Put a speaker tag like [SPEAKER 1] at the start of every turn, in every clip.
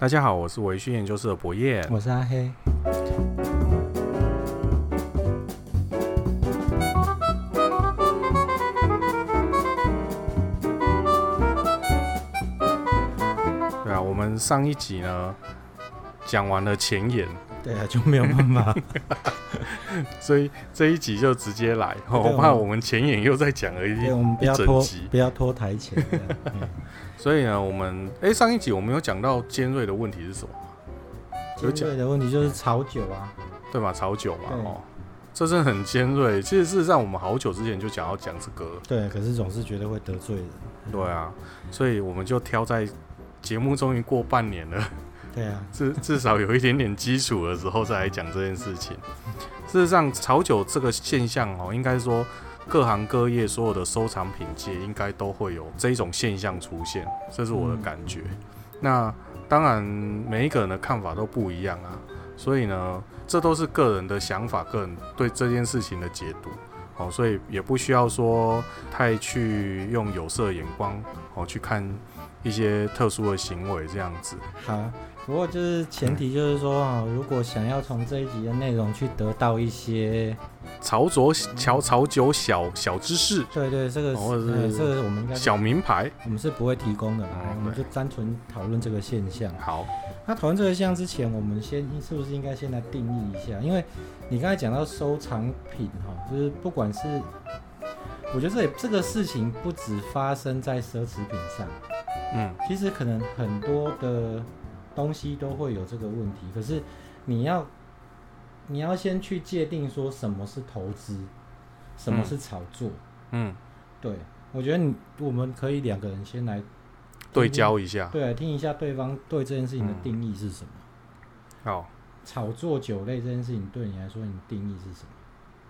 [SPEAKER 1] 大家好，我是维讯研究社的博彦。
[SPEAKER 2] 我是阿黑。
[SPEAKER 1] 对啊，我们上一集呢讲完了前言，
[SPEAKER 2] 对啊，就没有办法。
[SPEAKER 1] 所以这一集就直接来，哦
[SPEAKER 2] 对
[SPEAKER 1] 我怕
[SPEAKER 2] 我们
[SPEAKER 1] 我们前言又在讲而已
[SPEAKER 2] 对，我啊们不要
[SPEAKER 1] 一整
[SPEAKER 2] 拖
[SPEAKER 1] 集，
[SPEAKER 2] 不要拖台前这样。嗯
[SPEAKER 1] 所以呢，我们哎、上一集我们有讲到尖锐的问题是什么，有
[SPEAKER 2] 尖
[SPEAKER 1] 讲
[SPEAKER 2] 锐的问题就是炒酒啊，
[SPEAKER 1] 对吧？炒酒嘛，
[SPEAKER 2] 对
[SPEAKER 1] 哦，这真的很尖锐。其实事实上，我们好久之前就想要讲这个，
[SPEAKER 2] 对，可是总是觉得会得罪人。
[SPEAKER 1] 对啊，所以我们就挑在节目终于过半年了，
[SPEAKER 2] 对啊，
[SPEAKER 1] 至至少有一点点基础的时候再来讲这件事情。事实上，炒酒这个现象哦，应该说各行各业所有的收藏品界应该都会有这种现象出现，这是我的感觉。那当然，每一个人的看法都不一样啊，所以呢，这都是个人的想法，个人对这件事情的解读。哦，所以也不需要说太去用有色眼光哦去看一些特殊的行为这样子。
[SPEAKER 2] 好。不过就是前提就是说
[SPEAKER 1] 嗯
[SPEAKER 2] 哦，如果想要从这一集的内容去得到一些，
[SPEAKER 1] 潮卓潮潮酒小小知识、
[SPEAKER 2] 对对，这个
[SPEAKER 1] 哦或者是
[SPEAKER 2] 呃这个我们应该是
[SPEAKER 1] 小名牌，
[SPEAKER 2] 我们是不会提供的啦
[SPEAKER 1] 哦，
[SPEAKER 2] 我们就
[SPEAKER 1] 对
[SPEAKER 2] 单纯讨论这个现象。
[SPEAKER 1] 好，
[SPEAKER 2] 那讨论这个项之前，我们先是不是应该先来定义一下？因为你刚才讲到收藏品哈、就是不管是，我觉得这也这个事情不只发生在奢侈品上，
[SPEAKER 1] 嗯，
[SPEAKER 2] 其实可能很多的东西都会有这个问题。可是你要你要先去界定说什么是投资，什么是炒作。
[SPEAKER 1] 嗯，
[SPEAKER 2] 对我觉得你我们可以两个人先来
[SPEAKER 1] 对焦一下，
[SPEAKER 2] 对听一下对方对这件事情的定义是什么。
[SPEAKER 1] 好，
[SPEAKER 2] 炒作酒类这件事情对你来说，你定义是什么？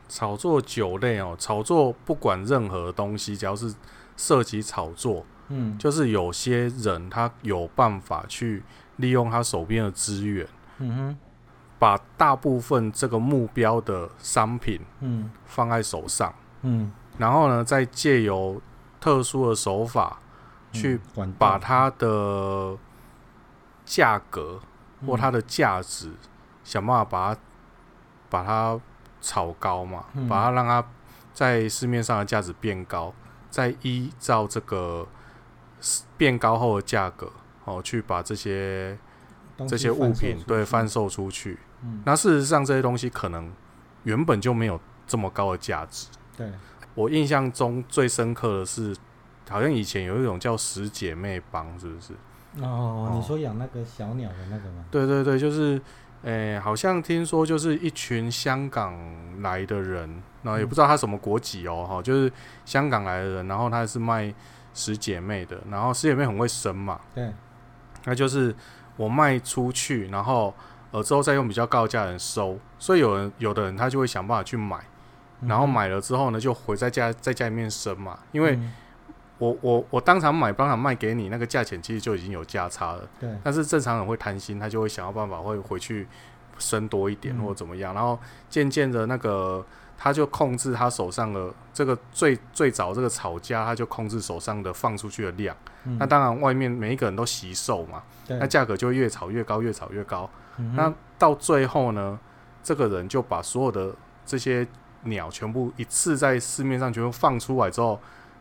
[SPEAKER 1] 炒作酒类哦，炒作不管任何东西，只要是涉及炒作，
[SPEAKER 2] 嗯，
[SPEAKER 1] 就是有些人他有办法去利用他手边的资源，
[SPEAKER 2] 嗯哼，
[SPEAKER 1] 把大部分这个目标的商品
[SPEAKER 2] 嗯
[SPEAKER 1] 放在手上，
[SPEAKER 2] 嗯，
[SPEAKER 1] 然后呢，再借由特殊的手法去
[SPEAKER 2] 嗯管
[SPEAKER 1] 把它的价格或它
[SPEAKER 2] 的
[SPEAKER 1] 的价值，想办法把它把它炒高嘛，
[SPEAKER 2] 嗯
[SPEAKER 1] 把它让它在市面上的价值变高，再依照这个变高后的价格哦，去把这些这些物品对贩
[SPEAKER 2] 翻，
[SPEAKER 1] 售出去。
[SPEAKER 2] 嗯，
[SPEAKER 1] 那事实上，这些东西可能原本就没有这么高的价值。
[SPEAKER 2] 对，
[SPEAKER 1] 我印象中最深刻的是，好像以前有一种叫十姐妹帮，是不是？
[SPEAKER 2] 哦，你说养那个小鸟的那个吗？
[SPEAKER 1] 对对对，就是，诶、好像听说就是一群香港来的人，然后也不知道他什么国籍哦，哈、就是香港来的人，然后他是卖十姐妹的，然后十姐妹很会生嘛，
[SPEAKER 2] 对，
[SPEAKER 1] 那就是我卖出去，然后呃之后再用比较高的价钱收，所以有人有的人他就会想办法去买，
[SPEAKER 2] 嗯
[SPEAKER 1] 然后买了之后呢，就回在家在家里面生嘛，因为
[SPEAKER 2] 嗯
[SPEAKER 1] 我我我当场买当场卖给你那个价钱，其实就已经有价差了。
[SPEAKER 2] 对，
[SPEAKER 1] 但是正常人会贪心，他就会想要办法会回去升多一点
[SPEAKER 2] 嗯
[SPEAKER 1] 或怎么样，然后渐渐的那个他就控制他手上的这个最最早这个炒家，他就控制手上的放出去的量。
[SPEAKER 2] 嗯
[SPEAKER 1] 那当然外面每一个人都惜售嘛，
[SPEAKER 2] 对
[SPEAKER 1] 那价格就越炒越高，越炒越高。
[SPEAKER 2] 嗯哼
[SPEAKER 1] 那到最后呢，这个人就把所有的这些鸟全部一次在市面上全部放出来之后，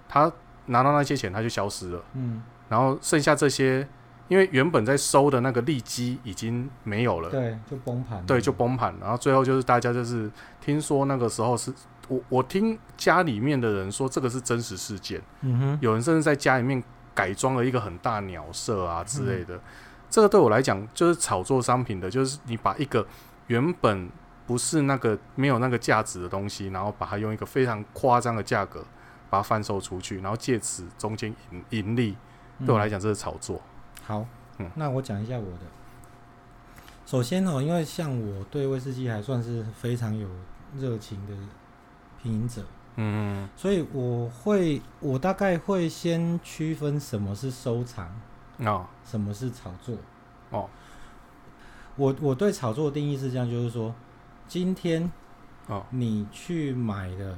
[SPEAKER 1] 他拿到那些钱他就消失了。
[SPEAKER 2] 嗯，
[SPEAKER 1] 然后剩下这些，因为原本在收的那个利基已经没有了，
[SPEAKER 2] 对，就崩盘了，
[SPEAKER 1] 对，就崩盘。然后最后就是大家就是听说那个时候是我我听家里面的人说这个是真实事件，
[SPEAKER 2] 嗯哼，
[SPEAKER 1] 有人甚至在家里面改装了一个很大鸟舍啊之类的。这个对我来讲就是炒作商品的，就是你把一个原本不是那个没有那个价值的东西，然后把它用一个非常夸张的价格把它贩售出去，然后借此中间盈盈利。对我来
[SPEAKER 2] 讲
[SPEAKER 1] 讲这是炒作。
[SPEAKER 2] 嗯好
[SPEAKER 1] 嗯，
[SPEAKER 2] 那我讲一下我的。首先哦，因为像我对威士忌还算是非常有热情的品饮者，
[SPEAKER 1] 嗯
[SPEAKER 2] 所以我会，我大概会先区分什么是收藏，
[SPEAKER 1] 哦
[SPEAKER 2] 什么是炒作。
[SPEAKER 1] 哦
[SPEAKER 2] 我我对炒作的定义是这样，就是说，今天
[SPEAKER 1] 哦
[SPEAKER 2] 你去买的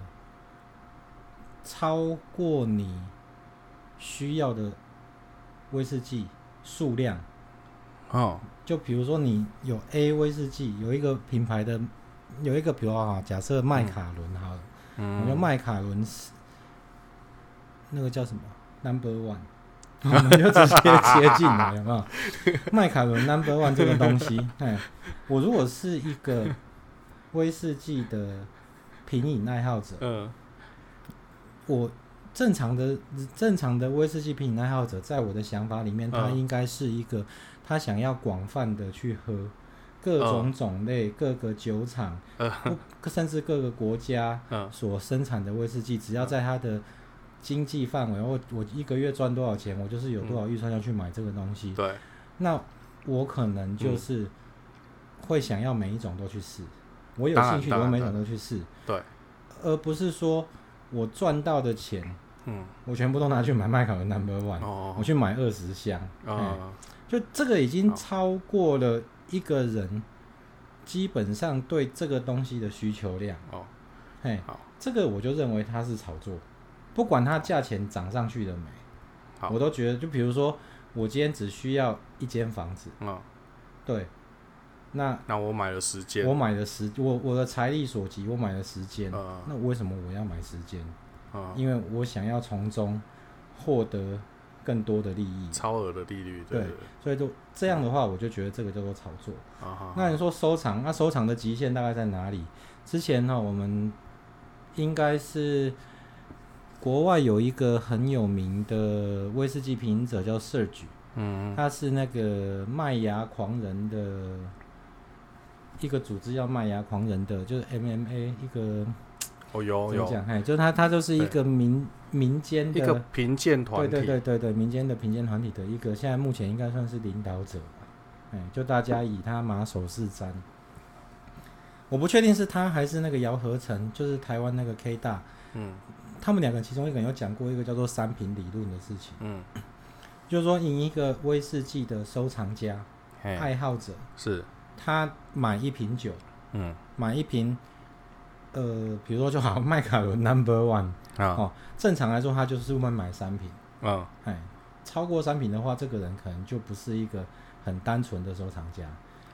[SPEAKER 2] 超过你需要的威士忌数量，
[SPEAKER 1] 哦，
[SPEAKER 2] 就比如说你有 A 威士忌，有一个品牌的，有一个比如啊，假设麦卡伦好了，我觉得
[SPEAKER 1] 嗯，
[SPEAKER 2] 麦卡伦是那个叫什么 Number One，我哦们就直接切进来，有没 有？麦卡伦 Number One 这个东西，哎，我如果是一个威士忌的品饮爱好者，
[SPEAKER 1] 嗯，
[SPEAKER 2] 我正常的正常的威士忌品饮爱好者，在我的想法里面，他
[SPEAKER 1] 嗯
[SPEAKER 2] 应该是一个他想要广泛的去喝各种种类、各个酒厂、
[SPEAKER 1] 哦嗯
[SPEAKER 2] 不甚至各个国家
[SPEAKER 1] 嗯
[SPEAKER 2] 所生产的威士忌，只要在他的经济范围，我我一个月赚多少钱，我就是有多少预算要去买这个东西。
[SPEAKER 1] 对，
[SPEAKER 2] 那我可能就是会想要每一种都去试，我有
[SPEAKER 1] 当然
[SPEAKER 2] 兴趣的
[SPEAKER 1] 当
[SPEAKER 2] 我
[SPEAKER 1] 然
[SPEAKER 2] 每一
[SPEAKER 1] 当
[SPEAKER 2] 种都去试，
[SPEAKER 1] 对，
[SPEAKER 2] 而不是说我赚到的钱
[SPEAKER 1] 嗯，
[SPEAKER 2] 我全部都拿去买麦卡伦 Number One，、我
[SPEAKER 1] 哦，
[SPEAKER 2] 去买二十箱，嗯
[SPEAKER 1] 啊，
[SPEAKER 2] 就这个已经
[SPEAKER 1] 好
[SPEAKER 2] 超过了一个人基本上对这个东西的需求量，
[SPEAKER 1] 哦，
[SPEAKER 2] 嘿
[SPEAKER 1] 好，
[SPEAKER 2] 这个我就认为它是炒作，不管它价钱涨上去了没，
[SPEAKER 1] 好
[SPEAKER 2] 我都觉得，就比如说我今天只需要一间房子，
[SPEAKER 1] 嗯，
[SPEAKER 2] 对，那
[SPEAKER 1] 那我买了时间
[SPEAKER 2] 我，买了时，我我的财力所及，我买了时间，
[SPEAKER 1] 呃，
[SPEAKER 2] 那为什么我要买时间？
[SPEAKER 1] 嗯，
[SPEAKER 2] 因为我想要从中获得更多的利益，
[SPEAKER 1] 超额的利率，对
[SPEAKER 2] 对所以就这样的话，我就觉得这个叫做炒作。
[SPEAKER 1] 对，啊
[SPEAKER 2] 那你说收藏，那收藏的极限大概在哪里？之前呢、我们应该是国外有一个很有名的威士忌品饮者叫 Serge，
[SPEAKER 1] 嗯，
[SPEAKER 2] 他是那个麦芽狂人的一个组织，叫麦芽狂人的，就是 MMA 一个
[SPEAKER 1] 哦，
[SPEAKER 2] 怎
[SPEAKER 1] 有
[SPEAKER 2] 么
[SPEAKER 1] 有
[SPEAKER 2] 讲？哎，就是他，他就是一
[SPEAKER 1] 对
[SPEAKER 2] 个民民间
[SPEAKER 1] 一个
[SPEAKER 2] 的，
[SPEAKER 1] 评鉴
[SPEAKER 2] 对
[SPEAKER 1] 团
[SPEAKER 2] 对
[SPEAKER 1] 体，
[SPEAKER 2] 对对对，民间的评鉴团体的一个，现在目前应该算是领导者吧。哎，就大家以他马首是瞻。我不确定是他还是那个姚和成，就是台湾那个 K 大，
[SPEAKER 1] 嗯
[SPEAKER 2] 他们两个其中一个人有讲过一个叫做三品理论的事情，
[SPEAKER 1] 嗯，
[SPEAKER 2] 就是说以一个威士忌的收藏家、
[SPEAKER 1] 嘿，
[SPEAKER 2] 爱好者，
[SPEAKER 1] 是，
[SPEAKER 2] 他买一瓶酒，
[SPEAKER 1] 嗯
[SPEAKER 2] 买一瓶，呃，比如说就好麦卡伦 Number One，
[SPEAKER 1] 啊，
[SPEAKER 2] 哦，正常来说他就是会买三瓶，
[SPEAKER 1] 嗯
[SPEAKER 2] 哎，超过三瓶的话，这个人可能就不是一个很单纯的收藏家。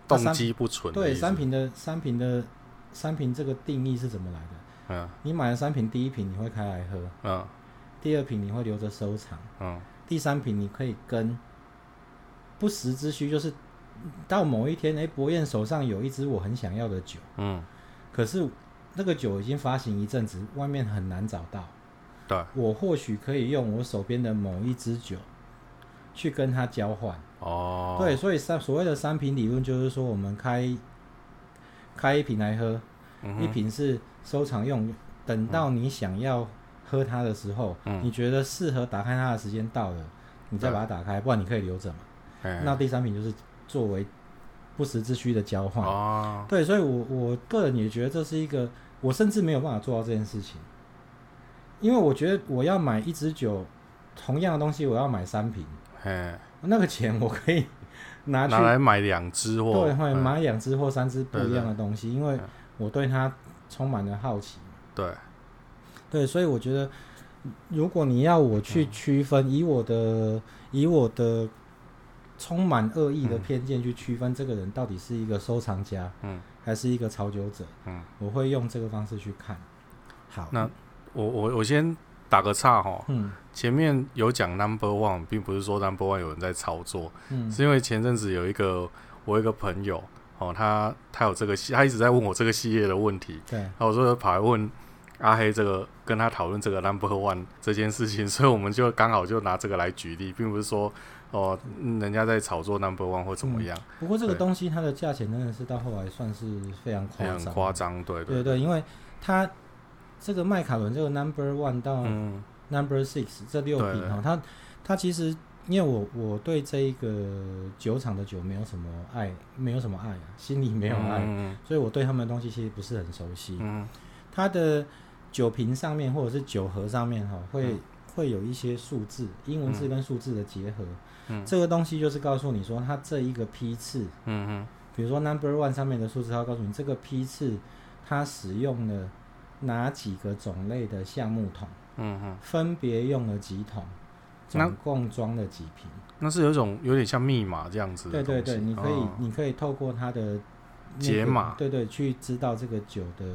[SPEAKER 2] 那
[SPEAKER 1] 动
[SPEAKER 2] 三
[SPEAKER 1] 机不纯，
[SPEAKER 2] 对，三，瓶的三瓶的三瓶这个定义是怎么来的？
[SPEAKER 1] 嗯
[SPEAKER 2] 你买了三瓶，第一瓶你会开来喝，
[SPEAKER 1] 嗯
[SPEAKER 2] 第二瓶你会留着收藏，
[SPEAKER 1] 嗯，
[SPEAKER 2] 第三瓶你可以跟不时之需，就是到某一天，哎，博彦手上有一支我很想要的酒，
[SPEAKER 1] 嗯，
[SPEAKER 2] 可是那个酒已经发行一阵子，外面很难找到。
[SPEAKER 1] 对，
[SPEAKER 2] 我或许可以用我手边的某一支酒去跟它交换。
[SPEAKER 1] 哦，
[SPEAKER 2] 对，，所以三所谓的三瓶理论就是说，我们开开一瓶来喝，
[SPEAKER 1] 嗯
[SPEAKER 2] 一
[SPEAKER 1] 哼，
[SPEAKER 2] 瓶是收藏用，等到你想要喝它的时候，
[SPEAKER 1] 嗯
[SPEAKER 2] 你觉得适合打开它的时间到了，你再把它打开，不然你可以留着嘛。
[SPEAKER 1] 嘿
[SPEAKER 2] 那第三瓶就是作为不时之需的交换。
[SPEAKER 1] 哦，
[SPEAKER 2] 对，所以我我个人也觉得这是一个，我甚至没有办法做到这件事情，因为我觉得我要买一支酒，同样的东西我要买三瓶，
[SPEAKER 1] 嘿，
[SPEAKER 2] 那个钱我可以 拿去
[SPEAKER 1] 拿来买两只或
[SPEAKER 2] 对，会
[SPEAKER 1] 嗯
[SPEAKER 2] 买两支或三支不一样的东西，因为
[SPEAKER 1] 嗯
[SPEAKER 2] 我对它充满了好奇。
[SPEAKER 1] 对，
[SPEAKER 2] 对，所以我觉得，如果你要我
[SPEAKER 1] 嗯
[SPEAKER 2] 去区分，以我的以我的充满恶意的偏见去区分这个人到底是一个收藏家，
[SPEAKER 1] 嗯，
[SPEAKER 2] 还是一个炒酒者，
[SPEAKER 1] 嗯，
[SPEAKER 2] 我会用这个方式去看。好，
[SPEAKER 1] 那我我我先打个岔哈，
[SPEAKER 2] 嗯
[SPEAKER 1] 前面有讲 number one，并不是说 number one 有人在操作，
[SPEAKER 2] 嗯
[SPEAKER 1] 是因为前阵子有一个我有一个朋友哦，他他有这个系，他一直在问我这个系列的问题，
[SPEAKER 2] 对，
[SPEAKER 1] 然后我就跑来问阿黑这个，跟他讨论这个 number one 这件事情， 所以我们就刚好就拿这个来举例，并不是说哦嗯人家在炒作 number one 或怎么样，
[SPEAKER 2] 不过这个
[SPEAKER 1] 对
[SPEAKER 2] 东西它的价钱真的是到后来算是非常
[SPEAKER 1] 也
[SPEAKER 2] 夸
[SPEAKER 1] 很
[SPEAKER 2] 张，
[SPEAKER 1] 夸张，对
[SPEAKER 2] 对对，因为它这个麦卡伦这个 number one 到
[SPEAKER 1] 嗯
[SPEAKER 2] number six 这六
[SPEAKER 1] 对
[SPEAKER 2] 瓶
[SPEAKER 1] 对
[SPEAKER 2] 哈，它它其实因为我我对这一个酒厂的酒没有什么爱，没有什么爱啊，心里没有爱，
[SPEAKER 1] 嗯
[SPEAKER 2] 所以我对他们的东西其实不是很熟悉。
[SPEAKER 1] 嗯
[SPEAKER 2] 它的酒瓶上面或者是酒盒上面哈，会、
[SPEAKER 1] 嗯
[SPEAKER 2] 会有一些数字，英文字跟数字的结合。
[SPEAKER 1] 嗯
[SPEAKER 2] 这个东西就是告诉你说，它这一个批次，
[SPEAKER 1] 嗯
[SPEAKER 2] 比如说 number one 上面的数字，它会告诉你这个批次它使用了哪几个种类的橡木桶，
[SPEAKER 1] 嗯嗯
[SPEAKER 2] 分别用了几桶，
[SPEAKER 1] 那
[SPEAKER 2] 总共装了几瓶？
[SPEAKER 1] 那是有一种有点像密码这样子
[SPEAKER 2] 对
[SPEAKER 1] 的
[SPEAKER 2] 对
[SPEAKER 1] 东
[SPEAKER 2] 对，
[SPEAKER 1] 西
[SPEAKER 2] 你可以、
[SPEAKER 1] 哦
[SPEAKER 2] 你可以透过它的、那个
[SPEAKER 1] 解码
[SPEAKER 2] 对对，去知道这个酒的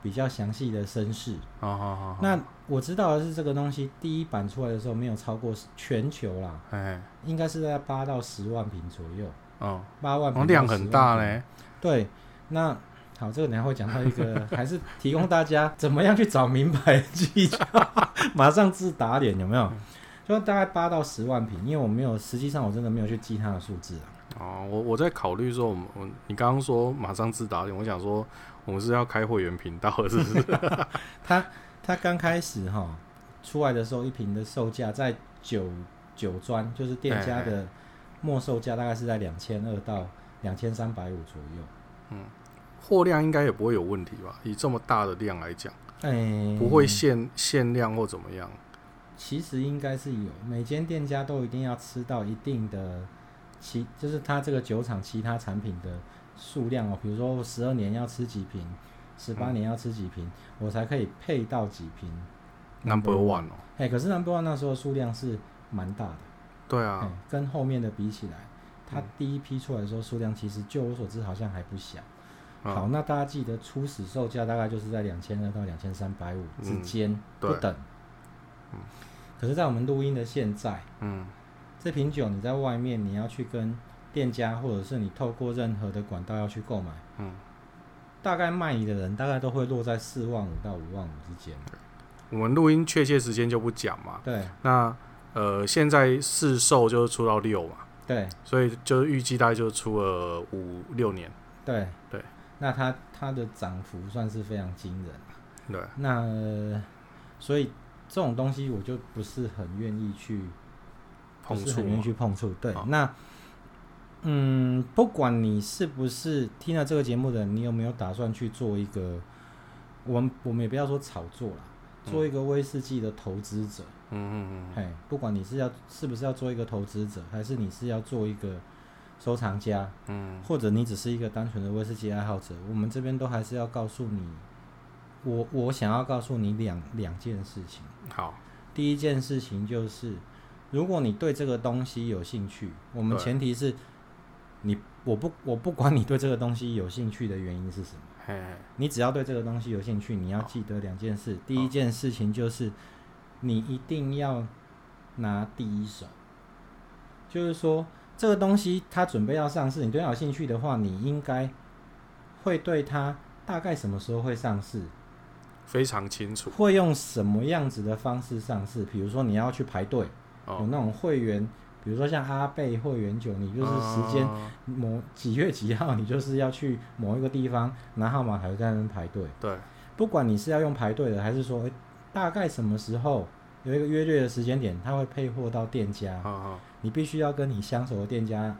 [SPEAKER 2] 比较详细的身世。
[SPEAKER 1] 好好好，好
[SPEAKER 2] 那我知道的是，这个东西第一版出来的时候没有超过全球啦，
[SPEAKER 1] 哎，
[SPEAKER 2] 应该是在八到十万瓶左右，
[SPEAKER 1] 哦，
[SPEAKER 2] 八万瓶、
[SPEAKER 1] 哦量很大。嘞，
[SPEAKER 2] 对，那好，这个等一下会讲到一个，还是提供大家怎么样去找名牌的技巧， 马上自打脸有没
[SPEAKER 1] 嗯
[SPEAKER 2] 有？就大概八到十万瓶，因为我没有，实际上我真的没有去记它的数字啊。
[SPEAKER 1] 哦，我我在考虑说，我们我你刚刚说马上自打脸，我想说我们是要开会员频道了，是不 是？
[SPEAKER 2] 它它刚开始哈出来的时候，一瓶的售价在九九专，就是店家
[SPEAKER 1] 哎
[SPEAKER 2] 的末售价大概是在两千二到两千三百五左右。
[SPEAKER 1] 货量应该也不会有问题吧？以这么大的量来讲，
[SPEAKER 2] 哎、
[SPEAKER 1] 不会限限量或怎么样。
[SPEAKER 2] 其实应该是有，每间店家都一定要吃到一定的其，就是它这个酒厂其他产品的数量哦，比如说十二年要吃几瓶，十八年要吃几瓶，我才可以配到几瓶。
[SPEAKER 1] Number one 哦，
[SPEAKER 2] 哎、可是 Number One 那时候数量是蛮大的。
[SPEAKER 1] 对
[SPEAKER 2] 哎
[SPEAKER 1] 啊，
[SPEAKER 2] 跟后面的比起来，它
[SPEAKER 1] 嗯
[SPEAKER 2] 第一批出来的时候数量其实就我所知好像还不小。
[SPEAKER 1] 嗯
[SPEAKER 2] 好，那大家记得初始售价大概就是在两千二到两千三百五
[SPEAKER 1] 嗯
[SPEAKER 2] 之间、
[SPEAKER 1] 对
[SPEAKER 2] 不等。可是，在我们录音的现在，
[SPEAKER 1] 嗯，
[SPEAKER 2] 这瓶酒你在外面你要去跟店家，或者是你透过任何的管道要去购买，
[SPEAKER 1] 嗯，
[SPEAKER 2] 大概卖你的人大概都会落在四万五到五万五之间。
[SPEAKER 1] 我们录音确切时间就不讲嘛。
[SPEAKER 2] 对
[SPEAKER 1] 那呃，现在市售就是出到六嘛，
[SPEAKER 2] 对
[SPEAKER 1] 所以就预计大概就出了五六年。
[SPEAKER 2] 对
[SPEAKER 1] 对，
[SPEAKER 2] 那它它的涨幅算是非常惊人。
[SPEAKER 1] 对，
[SPEAKER 2] 那呃所以这种东西我就不是很愿意去
[SPEAKER 1] 碰
[SPEAKER 2] 不是
[SPEAKER 1] 触啊
[SPEAKER 2] 很愿
[SPEAKER 1] 嘛
[SPEAKER 2] 意去碰触。对
[SPEAKER 1] 好，
[SPEAKER 2] 那嗯，不管你是不是听了这个节目的人，你有没有打算去做一个，我们我们也不要说炒作啦，做一个威士忌的投资者。
[SPEAKER 1] 嗯嗯嗯嗯，
[SPEAKER 2] 嘿，不管你是要是不是要做一个投资者，还是你是要做一个收藏家，
[SPEAKER 1] 嗯，
[SPEAKER 2] 或者你只是一个单纯的威士忌爱好者，我们这边都还是要告诉你，我我想要告诉你两两件事情。
[SPEAKER 1] 嗯好，
[SPEAKER 2] 第一件事情就是，如果你对这个东西有兴趣，我们
[SPEAKER 1] 对
[SPEAKER 2] 前提是你我不我不管你对这个东西有兴趣的原因是什么，
[SPEAKER 1] 嘿嘿，
[SPEAKER 2] 你只要对这个东西有兴趣，你要记得两件事。第一件事情就是，你一定要拿第一手，就是说这个东西它准备要上市，你对它有兴趣的话，你应该会对它大概什么时候会上市，
[SPEAKER 1] 非常清楚
[SPEAKER 2] 会用什么样子的方式上市。比如说你要去排队，有
[SPEAKER 1] 哦。
[SPEAKER 2] 那种会员，比如说像阿贝会员酒，你就是时间
[SPEAKER 1] 啊
[SPEAKER 2] 某几月几号，你就是要去某一个地方拿号码牌在那边排队。
[SPEAKER 1] 对，
[SPEAKER 2] 不管你是要用排队的，还是说诶哎大概什么时候有一个约略的时间点，它会配货到店家，
[SPEAKER 1] 好好，
[SPEAKER 2] 你必须要跟你相熟的店家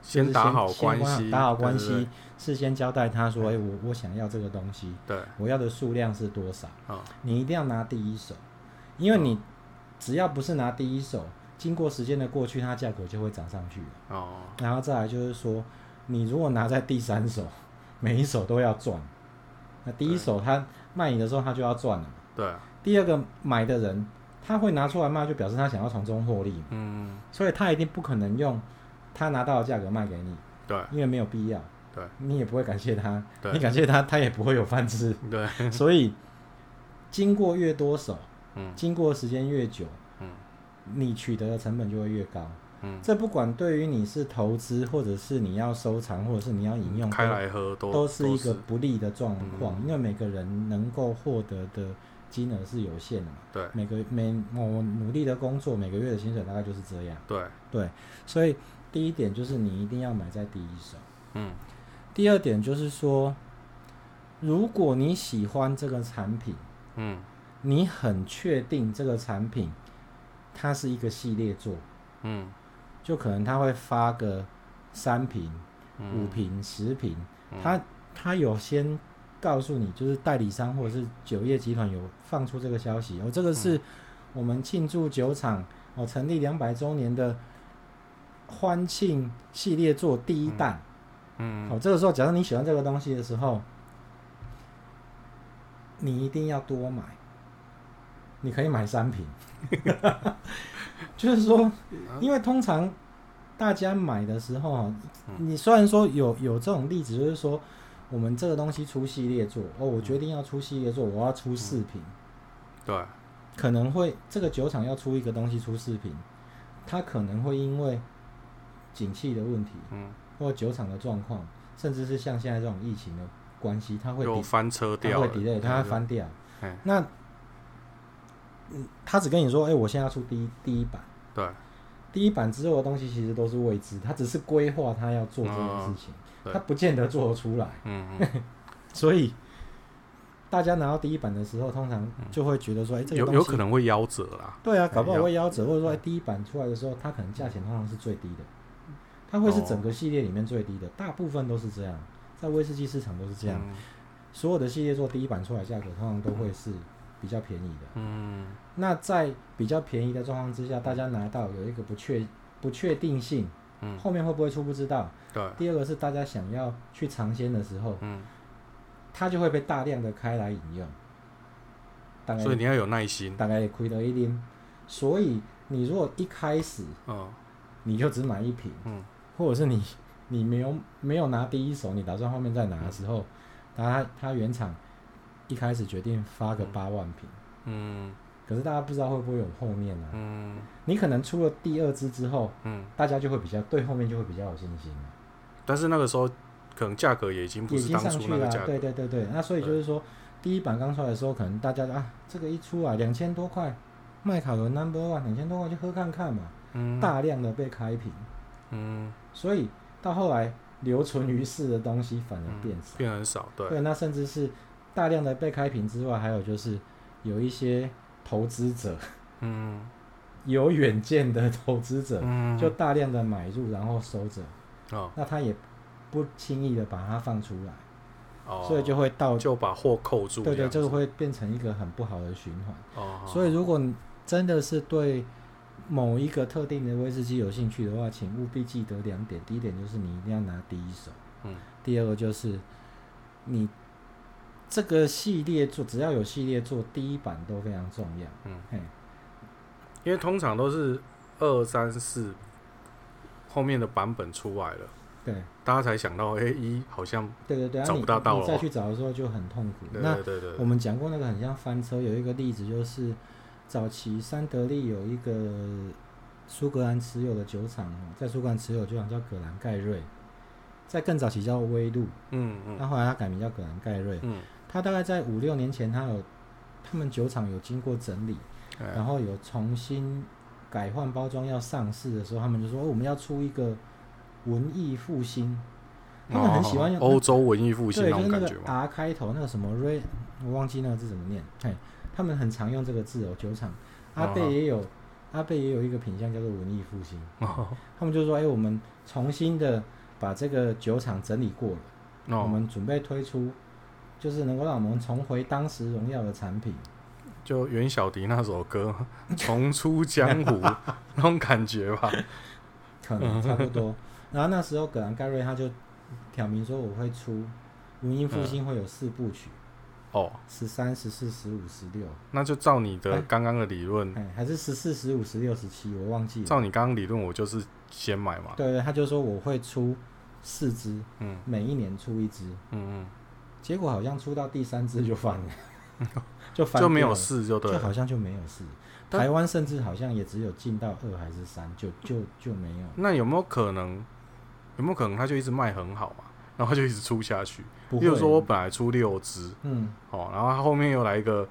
[SPEAKER 2] 就是
[SPEAKER 1] 先打好
[SPEAKER 2] 先
[SPEAKER 1] 关
[SPEAKER 2] 先
[SPEAKER 1] 系，
[SPEAKER 2] 打好
[SPEAKER 1] 对
[SPEAKER 2] 关
[SPEAKER 1] 对
[SPEAKER 2] 系，事先交代他说，哎、我我想要这个东西，
[SPEAKER 1] 对，
[SPEAKER 2] 我要的数量是多少，
[SPEAKER 1] 啊，
[SPEAKER 2] 你一定要拿第一手，因为你只要不是拿第一手，经过时间的过去，它价格就会涨上去了。
[SPEAKER 1] 哦，
[SPEAKER 2] 然后再来就是说，你如果拿在第三手， 每一手都要赚，那第一
[SPEAKER 1] 对
[SPEAKER 2] 手他卖你的时候他就要赚了。
[SPEAKER 1] 对，
[SPEAKER 2] 第二个买的人，他会拿出来卖，就表示他想要从中获利嘛，
[SPEAKER 1] 嗯，
[SPEAKER 2] 所以他一定不可能用他拿到的价格卖给你，
[SPEAKER 1] 对，
[SPEAKER 2] 因为没有必要。
[SPEAKER 1] 对，
[SPEAKER 2] 你也不会感谢他，
[SPEAKER 1] 对
[SPEAKER 2] 你感谢他，他也不会有饭吃。
[SPEAKER 1] 对，
[SPEAKER 2] 所以，经过越多手，
[SPEAKER 1] 嗯
[SPEAKER 2] 经过时间越久，
[SPEAKER 1] 嗯，
[SPEAKER 2] 你取得的成本就会越高。
[SPEAKER 1] 嗯
[SPEAKER 2] 这不管对于你是投资，或者是你要收藏，或者是你要饮用，
[SPEAKER 1] 嗯开来喝
[SPEAKER 2] 都
[SPEAKER 1] 都
[SPEAKER 2] 都是一个
[SPEAKER 1] 都
[SPEAKER 2] 不利的状况，
[SPEAKER 1] 嗯
[SPEAKER 2] 因为每个人能够获得的金额是有限的嘛。
[SPEAKER 1] 对
[SPEAKER 2] 每个每我努力的工作，每个月的薪水大概就是这样。
[SPEAKER 1] 对，
[SPEAKER 2] 对，所以第一点就是你一定要买在第一手。
[SPEAKER 1] 嗯
[SPEAKER 2] 第二点就是说，如果你喜欢这个产品，
[SPEAKER 1] 嗯
[SPEAKER 2] 你很确定这个产品它是一个系列做，
[SPEAKER 1] 嗯
[SPEAKER 2] 就可能它会发个三瓶、
[SPEAKER 1] 嗯，
[SPEAKER 2] 五瓶、十瓶，
[SPEAKER 1] 嗯
[SPEAKER 2] 它它有先告诉你，就是代理商或者是酒业集团有放出这个消息，哦，这个是我们庆祝酒厂哦成立两百周年的欢庆系列做第一弹。
[SPEAKER 1] 嗯
[SPEAKER 2] 哦，这个时候，假如你喜欢这个东西的时候，你一定要多买。你可以买三瓶， 就是说，因为通常大家买的时候啊，你虽然说有有这种例子，就是说我们这个东西出系列作，哦，我决定要出系列作，我要出四瓶，
[SPEAKER 1] 对，
[SPEAKER 2] 可能会这个酒厂要出一个东西出四瓶，它可能会因为景气的问题，
[SPEAKER 1] 嗯，
[SPEAKER 2] 或酒厂的状况，甚至是像现在这种疫情的关系，它会
[SPEAKER 1] 又
[SPEAKER 2] delay-
[SPEAKER 1] 翻车
[SPEAKER 2] 它
[SPEAKER 1] 掉
[SPEAKER 2] 会
[SPEAKER 1] 了，
[SPEAKER 2] delay，它会翻掉
[SPEAKER 1] 嗯。
[SPEAKER 2] 那嗯，他只跟你说，哎、我现在要出第一第一版。
[SPEAKER 1] 对，
[SPEAKER 2] 第一版之后的东西其实都是未知，他只是规划他要做这件事情，
[SPEAKER 1] 嗯对
[SPEAKER 2] 他不见得做得出来。
[SPEAKER 1] 嗯嗯，
[SPEAKER 2] 所以大家拿到第一版的时候，通常就会觉得说，哎、这个
[SPEAKER 1] 嗯有
[SPEAKER 2] 东西
[SPEAKER 1] 有可能会夭折啦，
[SPEAKER 2] 对啊，搞不好
[SPEAKER 1] 要嗯
[SPEAKER 2] 会夭折，或者说、哎第一版出来的时候，它可能价钱通常是最低的，它会是整个系列里面最低的，大部分都是这样，在威士忌市场都是这样，
[SPEAKER 1] 哦嗯
[SPEAKER 2] 所有的系列做第一版出来价格通常都会是比较便宜的。
[SPEAKER 1] 嗯，
[SPEAKER 2] 那在比较便宜的状况之下，大家拿到有一个不确不确定性，
[SPEAKER 1] 嗯
[SPEAKER 2] 后面会不会出不知道。
[SPEAKER 1] 对，
[SPEAKER 2] 第二个是大家想要去尝鲜的时候，
[SPEAKER 1] 嗯，
[SPEAKER 2] 它就会被大量的开来饮用，大概
[SPEAKER 1] 所以你要有耐心，
[SPEAKER 2] 大概也亏了一点。所以你如果一开始
[SPEAKER 1] 嗯
[SPEAKER 2] 你就只买一瓶，
[SPEAKER 1] 嗯，
[SPEAKER 2] 或者是你你没有没有拿第一手，你打算后面再拿的时候，它它原厂一开始决定发个八万瓶，
[SPEAKER 1] 嗯
[SPEAKER 2] 可是大家不知道会不会有后面啊？
[SPEAKER 1] 嗯
[SPEAKER 2] 你可能出了第二支之后，
[SPEAKER 1] 嗯，
[SPEAKER 2] 大家就会比较对后面就会比较有信心了。
[SPEAKER 1] 但是那个时候可能价格也已经嗯不
[SPEAKER 2] 已
[SPEAKER 1] 是
[SPEAKER 2] 经
[SPEAKER 1] 当
[SPEAKER 2] 上
[SPEAKER 1] 初
[SPEAKER 2] 去
[SPEAKER 1] 那
[SPEAKER 2] 了
[SPEAKER 1] 个
[SPEAKER 2] 啊、
[SPEAKER 1] 价
[SPEAKER 2] 对
[SPEAKER 1] 格，嗯
[SPEAKER 2] 对对对，那所以就是说，第一版刚出来的时候，可能大家就啊，这个一出来两千多块，麦卡伦 Number One 两千多块去喝看看嘛，
[SPEAKER 1] 嗯
[SPEAKER 2] 大量的被开瓶，
[SPEAKER 1] 嗯，
[SPEAKER 2] 所以到后来留存于世的东西反而
[SPEAKER 1] 嗯
[SPEAKER 2] 变少。
[SPEAKER 1] 变很少，对，
[SPEAKER 2] 对，那甚至是大量的被开瓶之外，还有就是有一些投资者
[SPEAKER 1] 嗯
[SPEAKER 2] 有远见的投资者，
[SPEAKER 1] 嗯，
[SPEAKER 2] 就大量的买入然后收着，
[SPEAKER 1] 哦
[SPEAKER 2] 那他也不轻易的把它放出来，
[SPEAKER 1] 哦，
[SPEAKER 2] 所以就会到
[SPEAKER 1] 就啊把货扣住这
[SPEAKER 2] 对对，
[SPEAKER 1] 样子，
[SPEAKER 2] 这个会变成一个很不好的循环。
[SPEAKER 1] 哦，
[SPEAKER 2] 所以，如果你真的是对某一个特定的威士忌有兴趣的话，请务必记得两点：第一点就是你一定要拿第一手，
[SPEAKER 1] 嗯，
[SPEAKER 2] 第二个就是你这个系列做，只要有系列做，第一版都非常重要。
[SPEAKER 1] 嗯，
[SPEAKER 2] 嘿，
[SPEAKER 1] 因为通常都是二三四后面的版本出来了，
[SPEAKER 2] 对，
[SPEAKER 1] 大家才想到，哎、一好像
[SPEAKER 2] 对对对，啊
[SPEAKER 1] 找
[SPEAKER 2] 你
[SPEAKER 1] 不到道
[SPEAKER 2] 你
[SPEAKER 1] 了
[SPEAKER 2] 再
[SPEAKER 1] 哦
[SPEAKER 2] 去找的时候就很痛苦。
[SPEAKER 1] 对
[SPEAKER 2] 那
[SPEAKER 1] 对对对，
[SPEAKER 2] 我们讲过那个很像翻车，有一个例子就是早期三得利有一个苏格兰持有的酒厂哦，在苏格兰持有的酒厂叫葛兰盖瑞，在更早期叫威路，
[SPEAKER 1] 嗯
[SPEAKER 2] 那、
[SPEAKER 1] 嗯
[SPEAKER 2] 后来它改名叫葛兰盖瑞。
[SPEAKER 1] 嗯，
[SPEAKER 2] 它大概在五六年前，它有他们酒厂有经过整理，
[SPEAKER 1] 哎
[SPEAKER 2] 然后有重新改换包装要上市的时候，他们就说、哦我们要出一个文艺复兴，他们很喜欢用
[SPEAKER 1] 哦欧洲文艺复兴
[SPEAKER 2] 对，
[SPEAKER 1] 那
[SPEAKER 2] 就是
[SPEAKER 1] 种
[SPEAKER 2] 那
[SPEAKER 1] 感觉
[SPEAKER 2] 个
[SPEAKER 1] 嘛，
[SPEAKER 2] R 开头那个什么 Ray，我忘记那个字怎么念。嘿，他们很常用这个字哦，酒厂。阿贝
[SPEAKER 1] 哦
[SPEAKER 2] 也有，阿贝也有一个品相叫做文艺复兴。
[SPEAKER 1] 哦，
[SPEAKER 2] 他们就说，哎、我们重新的把这个酒厂整理过了，
[SPEAKER 1] 哦
[SPEAKER 2] 我们准备推出，就是能够让我们重回当时荣耀的产品。
[SPEAKER 1] 就袁小迪那首歌《重出江湖》 那种感觉吧，
[SPEAKER 2] 可能差不 多。然后那时候葛兰盖瑞他就挑明说，我会出文艺复兴会有四部曲，
[SPEAKER 1] 哦，
[SPEAKER 2] 十三、十四、十五、十六。
[SPEAKER 1] 那就照你的
[SPEAKER 2] 哎
[SPEAKER 1] 刚刚的理论，
[SPEAKER 2] 哎，还是十四、十五、十六、十七，我忘记了。
[SPEAKER 1] 照你刚刚理论，我就是先买嘛，
[SPEAKER 2] 对对，他就说我会出四支，
[SPEAKER 1] 嗯
[SPEAKER 2] 每一年出一支，
[SPEAKER 1] 嗯
[SPEAKER 2] 结果好像出到第三支就 翻了，就
[SPEAKER 1] 嗯，
[SPEAKER 2] 翻
[SPEAKER 1] 就
[SPEAKER 2] 掉
[SPEAKER 1] 没有
[SPEAKER 2] 了，
[SPEAKER 1] 事就对
[SPEAKER 2] 就
[SPEAKER 1] 了，
[SPEAKER 2] 好像就没有事。
[SPEAKER 1] 但
[SPEAKER 2] 台湾甚至好像也只有进到二还是三，就就就没有，
[SPEAKER 1] 那有没有可能？有没有可能他就一直卖很好嘛，然后就一直出下去？
[SPEAKER 2] 不
[SPEAKER 1] 例
[SPEAKER 2] 会。
[SPEAKER 1] 如说，我本来出六支
[SPEAKER 2] 嗯，
[SPEAKER 1] 哦，然后他后面又来一个，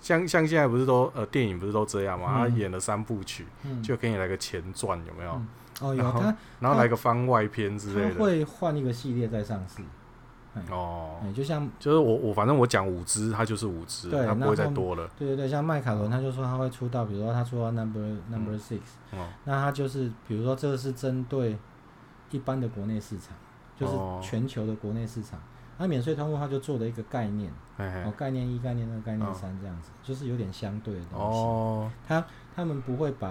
[SPEAKER 1] 像像现在不是都呃电影不是都这样嘛？他
[SPEAKER 2] 嗯
[SPEAKER 1] 演了三部曲，
[SPEAKER 2] 嗯
[SPEAKER 1] 就给你来个前传，有没有？
[SPEAKER 2] 嗯哦，有
[SPEAKER 1] 然后
[SPEAKER 2] 他
[SPEAKER 1] 然后来个番外篇之类
[SPEAKER 2] 他
[SPEAKER 1] 的。
[SPEAKER 2] 会换一个系列再上市，
[SPEAKER 1] 哦，
[SPEAKER 2] 哎，就像
[SPEAKER 1] 就是我我反正我讲五支，它就是五支，
[SPEAKER 2] 对
[SPEAKER 1] 它不会再
[SPEAKER 2] 然后
[SPEAKER 1] 多了。
[SPEAKER 2] 对对对，像麦卡伦他就说他会出到，比如说他出到 number number six，
[SPEAKER 1] 哦，
[SPEAKER 2] 那它就是，比如说这个是针对一般的国内市场，
[SPEAKER 1] 哦
[SPEAKER 2] 就是全球的国内市场。那免税通路它就做了一个概念，
[SPEAKER 1] 嘿
[SPEAKER 2] 哦
[SPEAKER 1] 嘿，，
[SPEAKER 2] 概念一、概念二、概念
[SPEAKER 1] 哎嗯
[SPEAKER 2] 三这样子，就是有点相对的东西。
[SPEAKER 1] 哦，
[SPEAKER 2] 他他们不会把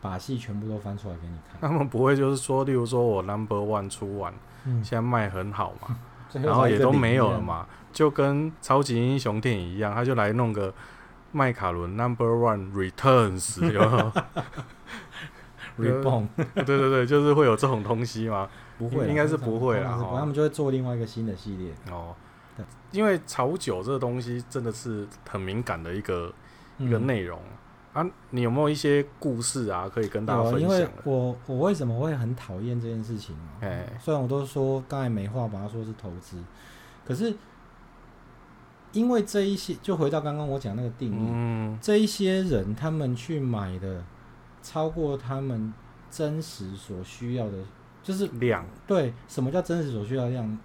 [SPEAKER 2] 把戏全部都翻出来给你看，
[SPEAKER 1] 他们不会就是说，例如说我 number one 出完，
[SPEAKER 2] 嗯
[SPEAKER 1] 现，在卖很好嘛，
[SPEAKER 2] 最
[SPEAKER 1] 然后
[SPEAKER 2] 才
[SPEAKER 1] 也
[SPEAKER 2] 一个啊
[SPEAKER 1] 都
[SPEAKER 2] 零
[SPEAKER 1] 没有了
[SPEAKER 2] 这样。
[SPEAKER 1] 嘛，就跟超级英雄电影一样，他就来弄个麦卡伦 Number One Returns，有没有
[SPEAKER 2] reborn
[SPEAKER 1] 对对对，就是会有这种东西吗？
[SPEAKER 2] 不会啦，
[SPEAKER 1] 应该是
[SPEAKER 2] 通常
[SPEAKER 1] 不会啦
[SPEAKER 2] 通常是不
[SPEAKER 1] 哦
[SPEAKER 2] 他们就会做另外一个新的系列。
[SPEAKER 1] 哦
[SPEAKER 2] 对，
[SPEAKER 1] 因为炒酒这个东西真的是很敏感的一个、一个
[SPEAKER 2] 嗯
[SPEAKER 1] 内容啊。你有没有一些故事啊，可以跟大家
[SPEAKER 2] 有啊，
[SPEAKER 1] 分
[SPEAKER 2] 因
[SPEAKER 1] 享
[SPEAKER 2] 为
[SPEAKER 1] 的？
[SPEAKER 2] 我我为什么会很讨厌这件事情哦、
[SPEAKER 1] 哎
[SPEAKER 2] 虽然我都说刚才没话把它说是投资，可是因为这一些，就回到刚刚我讲那个定义，
[SPEAKER 1] 嗯，
[SPEAKER 2] 这一些人他们去买的超过他们真实所需要的，就是
[SPEAKER 1] 量
[SPEAKER 2] 对什么叫真实所需要的量？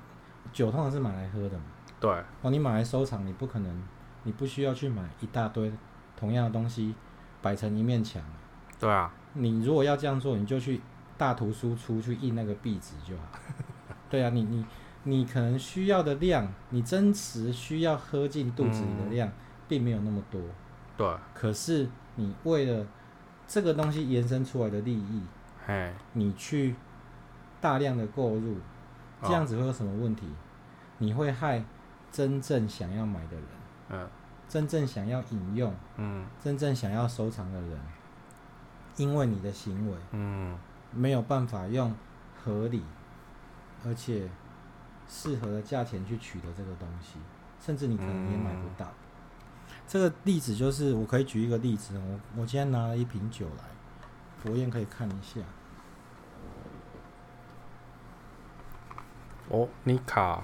[SPEAKER 2] 酒通常是买来喝的嘛，
[SPEAKER 1] 对，
[SPEAKER 2] 哦，你买来收藏，你不可能，你不需要去买一大堆同样的东西摆成一面墙。
[SPEAKER 1] 对啊，
[SPEAKER 2] 你如果要这样做，你就去大图输出去印那个壁纸就好。 对啊，你你你可能需要的量，你真实需要喝进肚子里的量，并没有那么多。
[SPEAKER 1] 对，
[SPEAKER 2] 可是你为了这个东西延伸出来的利益，
[SPEAKER 1] 哎，
[SPEAKER 2] 你去大量的购入，
[SPEAKER 1] 哦
[SPEAKER 2] 这样子会有什么问题？你会害真正想要买的人，
[SPEAKER 1] 嗯
[SPEAKER 2] 真正想要饮用、
[SPEAKER 1] 嗯
[SPEAKER 2] 真正想要收藏的人，因为你的行为。
[SPEAKER 1] 嗯，
[SPEAKER 2] 没有办法用合理而且适合的价钱去取得这个东西，甚至你可能也买不到。这个例子就是，我可以举一个例子，我我今天拿了一瓶酒来，博彦可以看一下。
[SPEAKER 1] 哦，你卡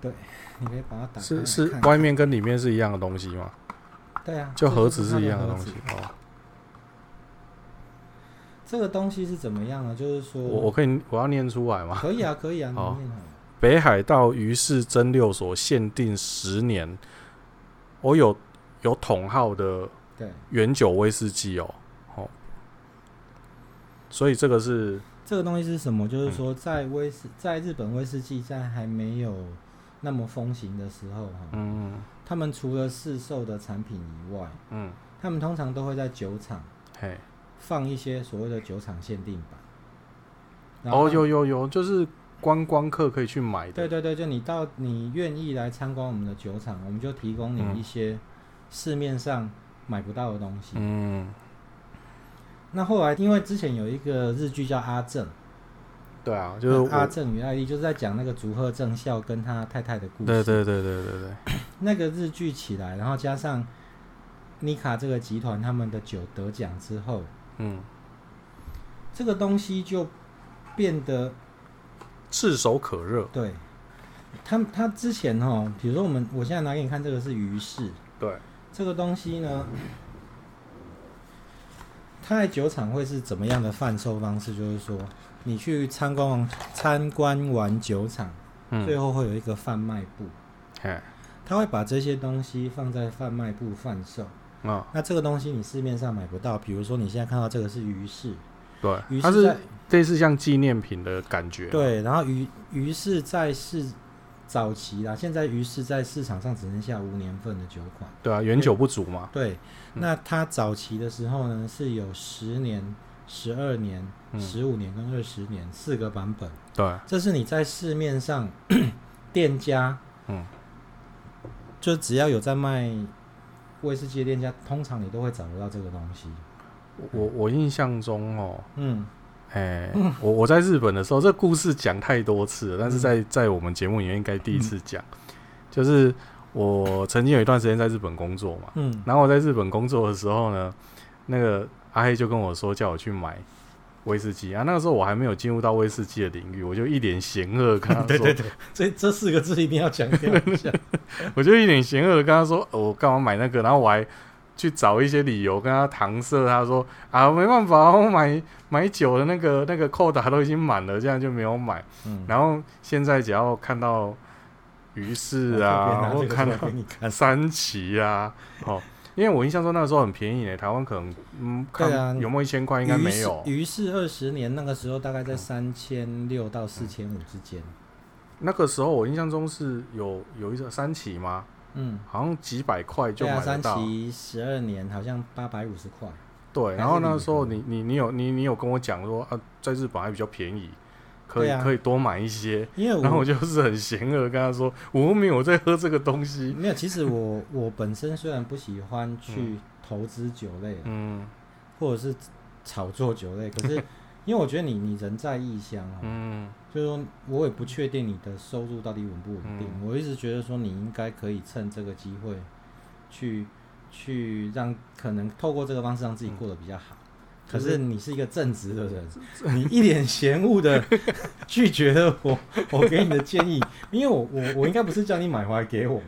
[SPEAKER 2] 你可以把它打开
[SPEAKER 1] 是是
[SPEAKER 2] 看
[SPEAKER 1] 外面跟里面是一样的东西吗？
[SPEAKER 2] 对啊，
[SPEAKER 1] 就
[SPEAKER 2] 这
[SPEAKER 1] 盒
[SPEAKER 2] 是
[SPEAKER 1] 子
[SPEAKER 2] 它
[SPEAKER 1] 是一样的
[SPEAKER 2] 盒
[SPEAKER 1] 东
[SPEAKER 2] 子
[SPEAKER 1] 西。哦。
[SPEAKER 2] 这个东西是怎么样呢？就是说，
[SPEAKER 1] 我我可以我要念出来吗？
[SPEAKER 2] 可以啊，可以啊，你
[SPEAKER 1] 好
[SPEAKER 2] 念好了。
[SPEAKER 1] 北海道鱼市蒸馏所限定十年，我有有桶号的
[SPEAKER 2] 对，
[SPEAKER 1] 原酒威士忌哦，哦，所以这个是
[SPEAKER 2] 这个东西是什么？就是
[SPEAKER 1] 嗯
[SPEAKER 2] 说，在威士，在日本威士忌在还没有那么风行的时候，哈、
[SPEAKER 1] 嗯
[SPEAKER 2] 他们除了市售的产品以外，
[SPEAKER 1] 嗯
[SPEAKER 2] 他们通常都会在酒厂
[SPEAKER 1] 嘿，
[SPEAKER 2] 放一些所谓的酒厂限定版。然后
[SPEAKER 1] 哦有有有，就是观光客可以去买
[SPEAKER 2] 对
[SPEAKER 1] 的，
[SPEAKER 2] 对对，就你到你愿意来参观我们的酒厂，我们就提供
[SPEAKER 1] 嗯
[SPEAKER 2] 你一些市面上买不到的东西。
[SPEAKER 1] 嗯
[SPEAKER 2] 那后来因为之前有一个日剧叫《阿正》，
[SPEAKER 1] 对啊，就是我
[SPEAKER 2] 那阿正与艾丽，就是在讲那个竹贺正孝跟他太太的故事。
[SPEAKER 1] 对对对对对对对，
[SPEAKER 2] 那个日剧起来，然后加上妮卡这个集团他们的酒得奖之后，
[SPEAKER 1] 嗯，
[SPEAKER 2] 这个东西就变得
[SPEAKER 1] 炙手可热，
[SPEAKER 2] 对，他他之前哦，比如说我们我现在拿给你看这个是鱼市，
[SPEAKER 1] 对，
[SPEAKER 2] 这个东西呢，它在酒厂会是怎么样的贩售方式？就是说，你去参观完参观完酒厂，最
[SPEAKER 1] 嗯，
[SPEAKER 2] 后会有一个贩卖部，
[SPEAKER 1] 嘿，
[SPEAKER 2] 他会把这些东西放在贩卖部贩售。
[SPEAKER 1] 啊，
[SPEAKER 2] 那这个东西你市面上买不到，比如说你现在看到这个是鱼市，
[SPEAKER 1] 对，
[SPEAKER 2] 鱼
[SPEAKER 1] 它
[SPEAKER 2] 市
[SPEAKER 1] 是
[SPEAKER 2] 在
[SPEAKER 1] 类似像纪念品的感觉，，
[SPEAKER 2] 对，然后鱼鱼是在市早期啦，现在鱼是在市场上只剩下无年份的酒款。
[SPEAKER 1] 对啊，原酒不足嘛，
[SPEAKER 2] 对，
[SPEAKER 1] 嗯
[SPEAKER 2] 那它早期的时候呢，是有十年、十二年、
[SPEAKER 1] 嗯
[SPEAKER 2] 十五年跟二十年四个版本，
[SPEAKER 1] 对，
[SPEAKER 2] 这是你在市面上 店家，
[SPEAKER 1] 嗯，
[SPEAKER 2] 就只要有在卖威士忌的店家，通常你都会找得到这个东西。
[SPEAKER 1] 我我印象中哦，
[SPEAKER 2] 嗯，
[SPEAKER 1] 哎、我我在日本的时候，这故事讲太多次了，但
[SPEAKER 2] 嗯
[SPEAKER 1] 是在在我们节目里面应该第一次讲，就是我曾经有一段时间在日本工作嘛，
[SPEAKER 2] 嗯，
[SPEAKER 1] 然后我在日本工作的时候呢，那个阿黑就跟我说叫我去买威士忌啊，那个时候我还没有进入到威士忌的领域，我就一脸嫌恶跟他说，
[SPEAKER 2] 对对对，这这四个字一定要强调 一下。
[SPEAKER 1] 我就一脸嫌恶的跟他说、呃我干嘛买那个，然后我还去找一些理由跟他搪塞，他说啊没办法，我买买酒的那个那个扣打都已经满了，这样就没有买。
[SPEAKER 2] 嗯，
[SPEAKER 1] 然后现在只要看到鱼市
[SPEAKER 2] 我
[SPEAKER 1] 啊，
[SPEAKER 2] 特别拿
[SPEAKER 1] 或
[SPEAKER 2] 这个
[SPEAKER 1] 看
[SPEAKER 2] 出来给
[SPEAKER 1] 到
[SPEAKER 2] 你看。
[SPEAKER 1] 三旗啊，哦，因为我印象中那个时候很便宜诶，台湾可能嗯，看
[SPEAKER 2] 对啊
[SPEAKER 1] 有没有一千块应该没有。嗯
[SPEAKER 2] 于是二十年那个时候大概在三千六到四千五之间。
[SPEAKER 1] 那个时候我印象中是有有一个三旗吗？
[SPEAKER 2] 嗯，
[SPEAKER 1] 好像几百块就
[SPEAKER 2] 对啊，
[SPEAKER 1] 买得
[SPEAKER 2] 三
[SPEAKER 1] 到。
[SPEAKER 2] 期十二年好像八百五十块。
[SPEAKER 1] 对，然后那个时候
[SPEAKER 2] 还是
[SPEAKER 1] 你你你有你你有跟我讲说啊，在日本还比较便宜，可以、
[SPEAKER 2] 对啊
[SPEAKER 1] 可以多买一些。
[SPEAKER 2] 因为我
[SPEAKER 1] 然后我就是很嫌恶，跟他说我又没有在喝这个东西。
[SPEAKER 2] 没有，其实我我本身虽然不喜欢去投资酒类啊、
[SPEAKER 1] 嗯
[SPEAKER 2] 或者是炒作酒类， 可是因为我觉得你你人在异乡啊，
[SPEAKER 1] 嗯
[SPEAKER 2] 就是说我也不确定你的收入到底稳不稳定。
[SPEAKER 1] 嗯
[SPEAKER 2] 我一直觉得说你应该可以趁这个机会去去让可能透过这个方式让自己过得比较好。
[SPEAKER 1] 嗯
[SPEAKER 2] 可
[SPEAKER 1] 可是
[SPEAKER 2] 是你是一个正直的人，你一脸嫌恶的 拒绝了我我给你的建议，因为我我我应该不是叫你买回来给我嘛，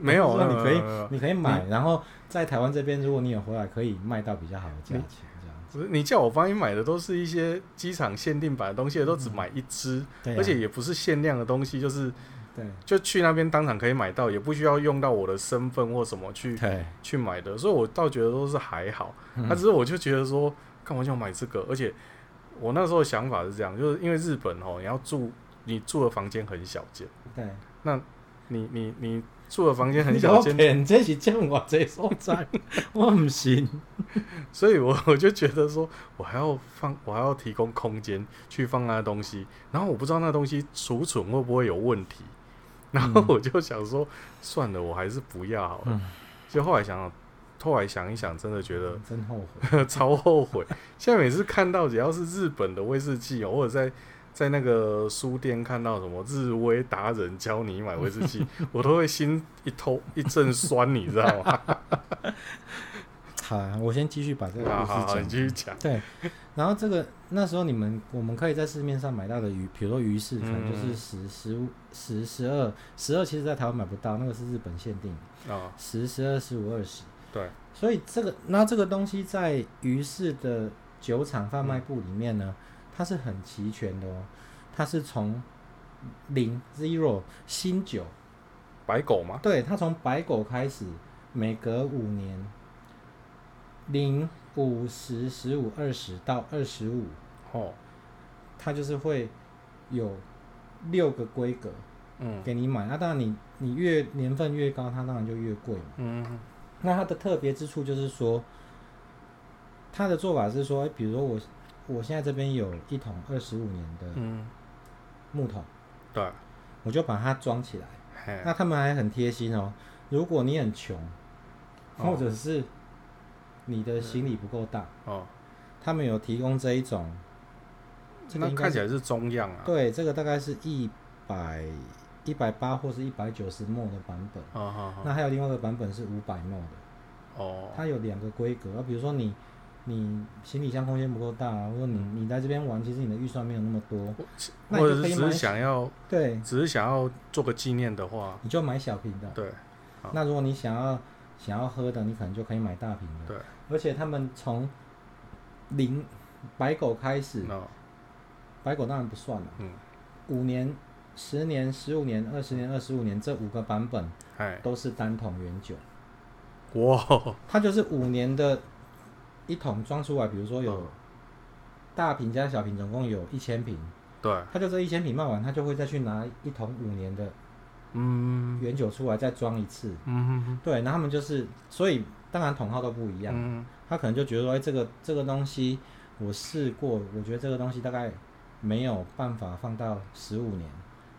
[SPEAKER 1] 没有
[SPEAKER 2] 我是说你可
[SPEAKER 1] 没有没有没有
[SPEAKER 2] 以你可以买，然后在台湾这边如果你有回来可以卖到比较好的价钱，这样
[SPEAKER 1] 不是你叫我帮你买的都是一些机场限定版的东西，都
[SPEAKER 2] 嗯
[SPEAKER 1] 只买一支，
[SPEAKER 2] 对啊、
[SPEAKER 1] 而且也不是限量的东西，就是
[SPEAKER 2] 对啊
[SPEAKER 1] 就去那边当场可以买到，也不需要用到我的身份或什么去
[SPEAKER 2] 对，
[SPEAKER 1] 去买的，所以我倒觉得都是还好。啊
[SPEAKER 2] 嗯
[SPEAKER 1] 那、只是我就觉得说，干嘛就要买这个？而且我那时候的想法是这样，就是因为日本哦，你要住你住的房间很小间，
[SPEAKER 2] 嗯对。
[SPEAKER 1] 你你你住的房间很
[SPEAKER 2] 你
[SPEAKER 1] 小
[SPEAKER 2] 小
[SPEAKER 1] 间，
[SPEAKER 2] 骗，这是占偌济所在，我唔信。
[SPEAKER 1] 所以我 我就觉得说，我还要放，我还要提供空间去放那东西，然后我不知道那东西储存会不会有问题，然后
[SPEAKER 2] 嗯
[SPEAKER 1] 我就想说，算了，我还是不要好了。
[SPEAKER 2] 嗯
[SPEAKER 1] 就后来想想，后来想一想，真的觉得
[SPEAKER 2] 真后悔。
[SPEAKER 1] 超后悔。现在每次看到只要是日本的威士忌、哦，或者在在那个书店看到什么日威达人教你买威士 忌，我都会心一头一阵酸，你知道 吗？
[SPEAKER 2] 好啊，我先继续把这个嗯
[SPEAKER 1] 好好
[SPEAKER 2] 故
[SPEAKER 1] 好，
[SPEAKER 2] 事
[SPEAKER 1] 你继
[SPEAKER 2] 讲。
[SPEAKER 1] 续讲。
[SPEAKER 2] 对，然后这个那时候你们我们可以在市面上买到的鱼，比如说鱼市，可能就是
[SPEAKER 1] 嗯
[SPEAKER 2] 十、十五、十、十二、十二，其实在台湾买不到，那个是日本限定，
[SPEAKER 1] 啊、
[SPEAKER 2] 十、十二、十五、二十。
[SPEAKER 1] 对，
[SPEAKER 2] 所以这个那这个东西在鱼市的酒厂贩卖部里面呢，它是很齐全的哦，它是从零 zero 新酒。
[SPEAKER 1] 白狗吗？
[SPEAKER 2] 对，它从白狗开始，每隔五年，零、五、十、十五、二十到二十五，
[SPEAKER 1] 哦，
[SPEAKER 2] 它就是会有六个规格
[SPEAKER 1] 嗯
[SPEAKER 2] 给你买。那、当然你，你越年份越高，它当然就越贵嘛。
[SPEAKER 1] 嗯
[SPEAKER 2] 那它的特别之处就是说，它的做法是说，诶比如说我我现在这边有一桶二十五年的
[SPEAKER 1] 嗯，
[SPEAKER 2] 木桶，
[SPEAKER 1] 对，
[SPEAKER 2] 我就把它装起来。
[SPEAKER 1] 嘿，
[SPEAKER 2] 那他们还很贴心哦。如果你很穷，
[SPEAKER 1] 哦
[SPEAKER 2] 或者是你的行李不够大，
[SPEAKER 1] 哦，
[SPEAKER 2] 他们有提供这一种。这个
[SPEAKER 1] 那
[SPEAKER 2] 应该
[SPEAKER 1] 看起
[SPEAKER 2] 是
[SPEAKER 1] 来是中样啊，
[SPEAKER 2] 对，这个大概是一百一百八或是一百九十墨的版本。
[SPEAKER 1] 啊啊
[SPEAKER 2] 那还有另外一个版本是五百墨的，
[SPEAKER 1] 哦，
[SPEAKER 2] 它有两个规格。啊比如说你你行李箱空间不够大、啊，或者你
[SPEAKER 1] 嗯
[SPEAKER 2] 你来这边玩，其实你的预算没有那么多，那你
[SPEAKER 1] 或
[SPEAKER 2] 就
[SPEAKER 1] 者
[SPEAKER 2] 可以
[SPEAKER 1] 是只
[SPEAKER 2] 买
[SPEAKER 1] 是想要，
[SPEAKER 2] 对，
[SPEAKER 1] 只是想要做个纪念的话，
[SPEAKER 2] 你就买小瓶的。
[SPEAKER 1] 对，好
[SPEAKER 2] 那如果你想要想要喝的，你可能就可以买大瓶的。
[SPEAKER 1] 对，
[SPEAKER 2] 而且他们从零白狗开始，
[SPEAKER 1] 那
[SPEAKER 2] 白狗当然不算了，
[SPEAKER 1] 嗯，
[SPEAKER 2] 五年、十年、十五年、二十年、二十五年这五个版本
[SPEAKER 1] 哎，
[SPEAKER 2] 都是单桶原酒，
[SPEAKER 1] 哇，
[SPEAKER 2] 它就是五年的一桶装出来，比如说有
[SPEAKER 1] 嗯
[SPEAKER 2] 大瓶加小瓶，总共有一千瓶，
[SPEAKER 1] 对，
[SPEAKER 2] 它就这一千瓶卖完，它就会再去拿一桶五年的
[SPEAKER 1] 嗯
[SPEAKER 2] 原酒出来再装一次。
[SPEAKER 1] 嗯
[SPEAKER 2] 对，然后他们就是，所以当然桶号都不一样。
[SPEAKER 1] 嗯，
[SPEAKER 2] 他可能就觉得说，哎、这个这个东西我试过，我觉得这个东西大概没有办法放到十五年，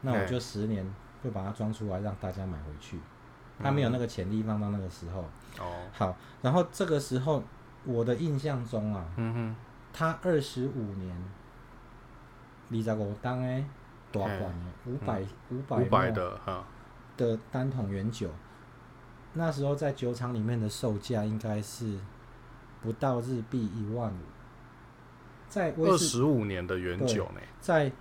[SPEAKER 2] 那我
[SPEAKER 1] 哎
[SPEAKER 2] 就十年就把它装出来让大家买回去。他没有
[SPEAKER 1] 嗯
[SPEAKER 2] 那个潜力放到那个时候。
[SPEAKER 1] 哦，
[SPEAKER 2] 好，然后这个时候我的印象中啊，
[SPEAKER 1] 嗯哼，
[SPEAKER 2] 他二十五年，二十五当哎，大罐的五百五百
[SPEAKER 1] 嗯五百的哈，
[SPEAKER 2] 的单桶原酒，那时候在酒厂里面的售价应该是不到日币一万五，在
[SPEAKER 1] 二
[SPEAKER 2] 威士
[SPEAKER 1] 十五年的原酒呢，
[SPEAKER 2] 在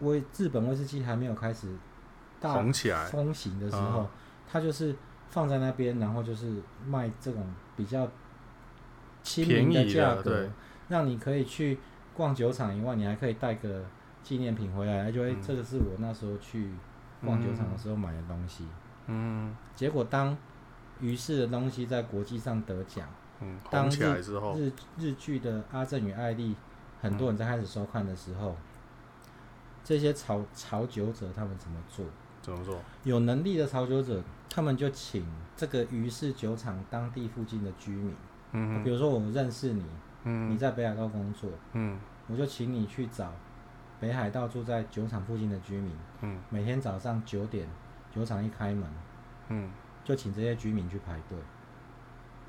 [SPEAKER 2] 威日本威士忌还没有开始大
[SPEAKER 1] 红起来，
[SPEAKER 2] 风行的时候，
[SPEAKER 1] 啊
[SPEAKER 2] 它就是放在那边，然后就是卖这种比较亲民
[SPEAKER 1] 便
[SPEAKER 2] 的
[SPEAKER 1] 宜
[SPEAKER 2] 价
[SPEAKER 1] 的
[SPEAKER 2] 格
[SPEAKER 1] 对，
[SPEAKER 2] 让你可以去逛酒厂以外，你还可以带个纪念品回来，哎就会、
[SPEAKER 1] 嗯
[SPEAKER 2] 这个是我那时候去逛酒厂的时候买的东西。
[SPEAKER 1] 嗯
[SPEAKER 2] 结果当于是的东西在国际上得奖，
[SPEAKER 1] 嗯，
[SPEAKER 2] 当
[SPEAKER 1] 红起来之后，
[SPEAKER 2] 日日剧的《阿正与艾丽》，很多人在开始收看的时候，这些潮潮酒者他们怎么做？
[SPEAKER 1] 怎么说？
[SPEAKER 2] 有能力的潮酒者，他们就请这个于氏酒厂当地附近的居民，
[SPEAKER 1] 嗯
[SPEAKER 2] 比如说我认识你，你
[SPEAKER 1] 嗯
[SPEAKER 2] 在北海道工作，
[SPEAKER 1] 嗯
[SPEAKER 2] 我就请你去找北海道住在酒厂附近的居民，
[SPEAKER 1] 嗯
[SPEAKER 2] 每天早上九点，酒厂一开门，
[SPEAKER 1] 嗯
[SPEAKER 2] 就请这些居民去排队，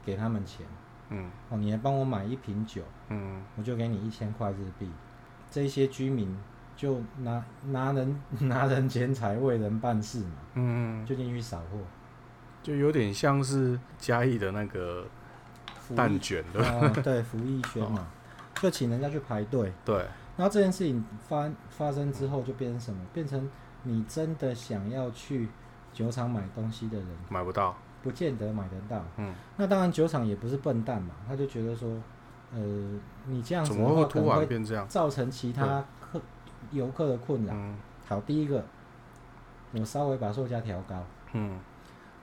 [SPEAKER 2] 给他们钱。
[SPEAKER 1] 嗯
[SPEAKER 2] 哦，你来帮我买一瓶酒，
[SPEAKER 1] 嗯，
[SPEAKER 2] 我就给你一千块日币。这些居民就拿拿人 拿人钱财为人办事嘛，
[SPEAKER 1] 嗯，
[SPEAKER 2] 就进去扫货。
[SPEAKER 1] 就有点像是嘉义的那个
[SPEAKER 2] 服
[SPEAKER 1] 蛋
[SPEAKER 2] 役
[SPEAKER 1] 卷的，
[SPEAKER 2] 啊，对，服役圈嘛，就请人家去排队。
[SPEAKER 1] 对，
[SPEAKER 2] 然后这件事情发发生之后，就变成什么？变成你真的想要去酒厂买东西的人，
[SPEAKER 1] 买不到，
[SPEAKER 2] 不见得买得到。
[SPEAKER 1] 嗯，
[SPEAKER 2] 那当然，酒厂也不是笨蛋嘛，他就觉得说，呃，你这样子
[SPEAKER 1] 怎
[SPEAKER 2] 的
[SPEAKER 1] 么
[SPEAKER 2] 话，
[SPEAKER 1] 会
[SPEAKER 2] 可能
[SPEAKER 1] 突然变这样？
[SPEAKER 2] 造成其他客游客的困扰？
[SPEAKER 1] 嗯
[SPEAKER 2] 好，第一个，我稍微把售价调高；
[SPEAKER 1] 嗯，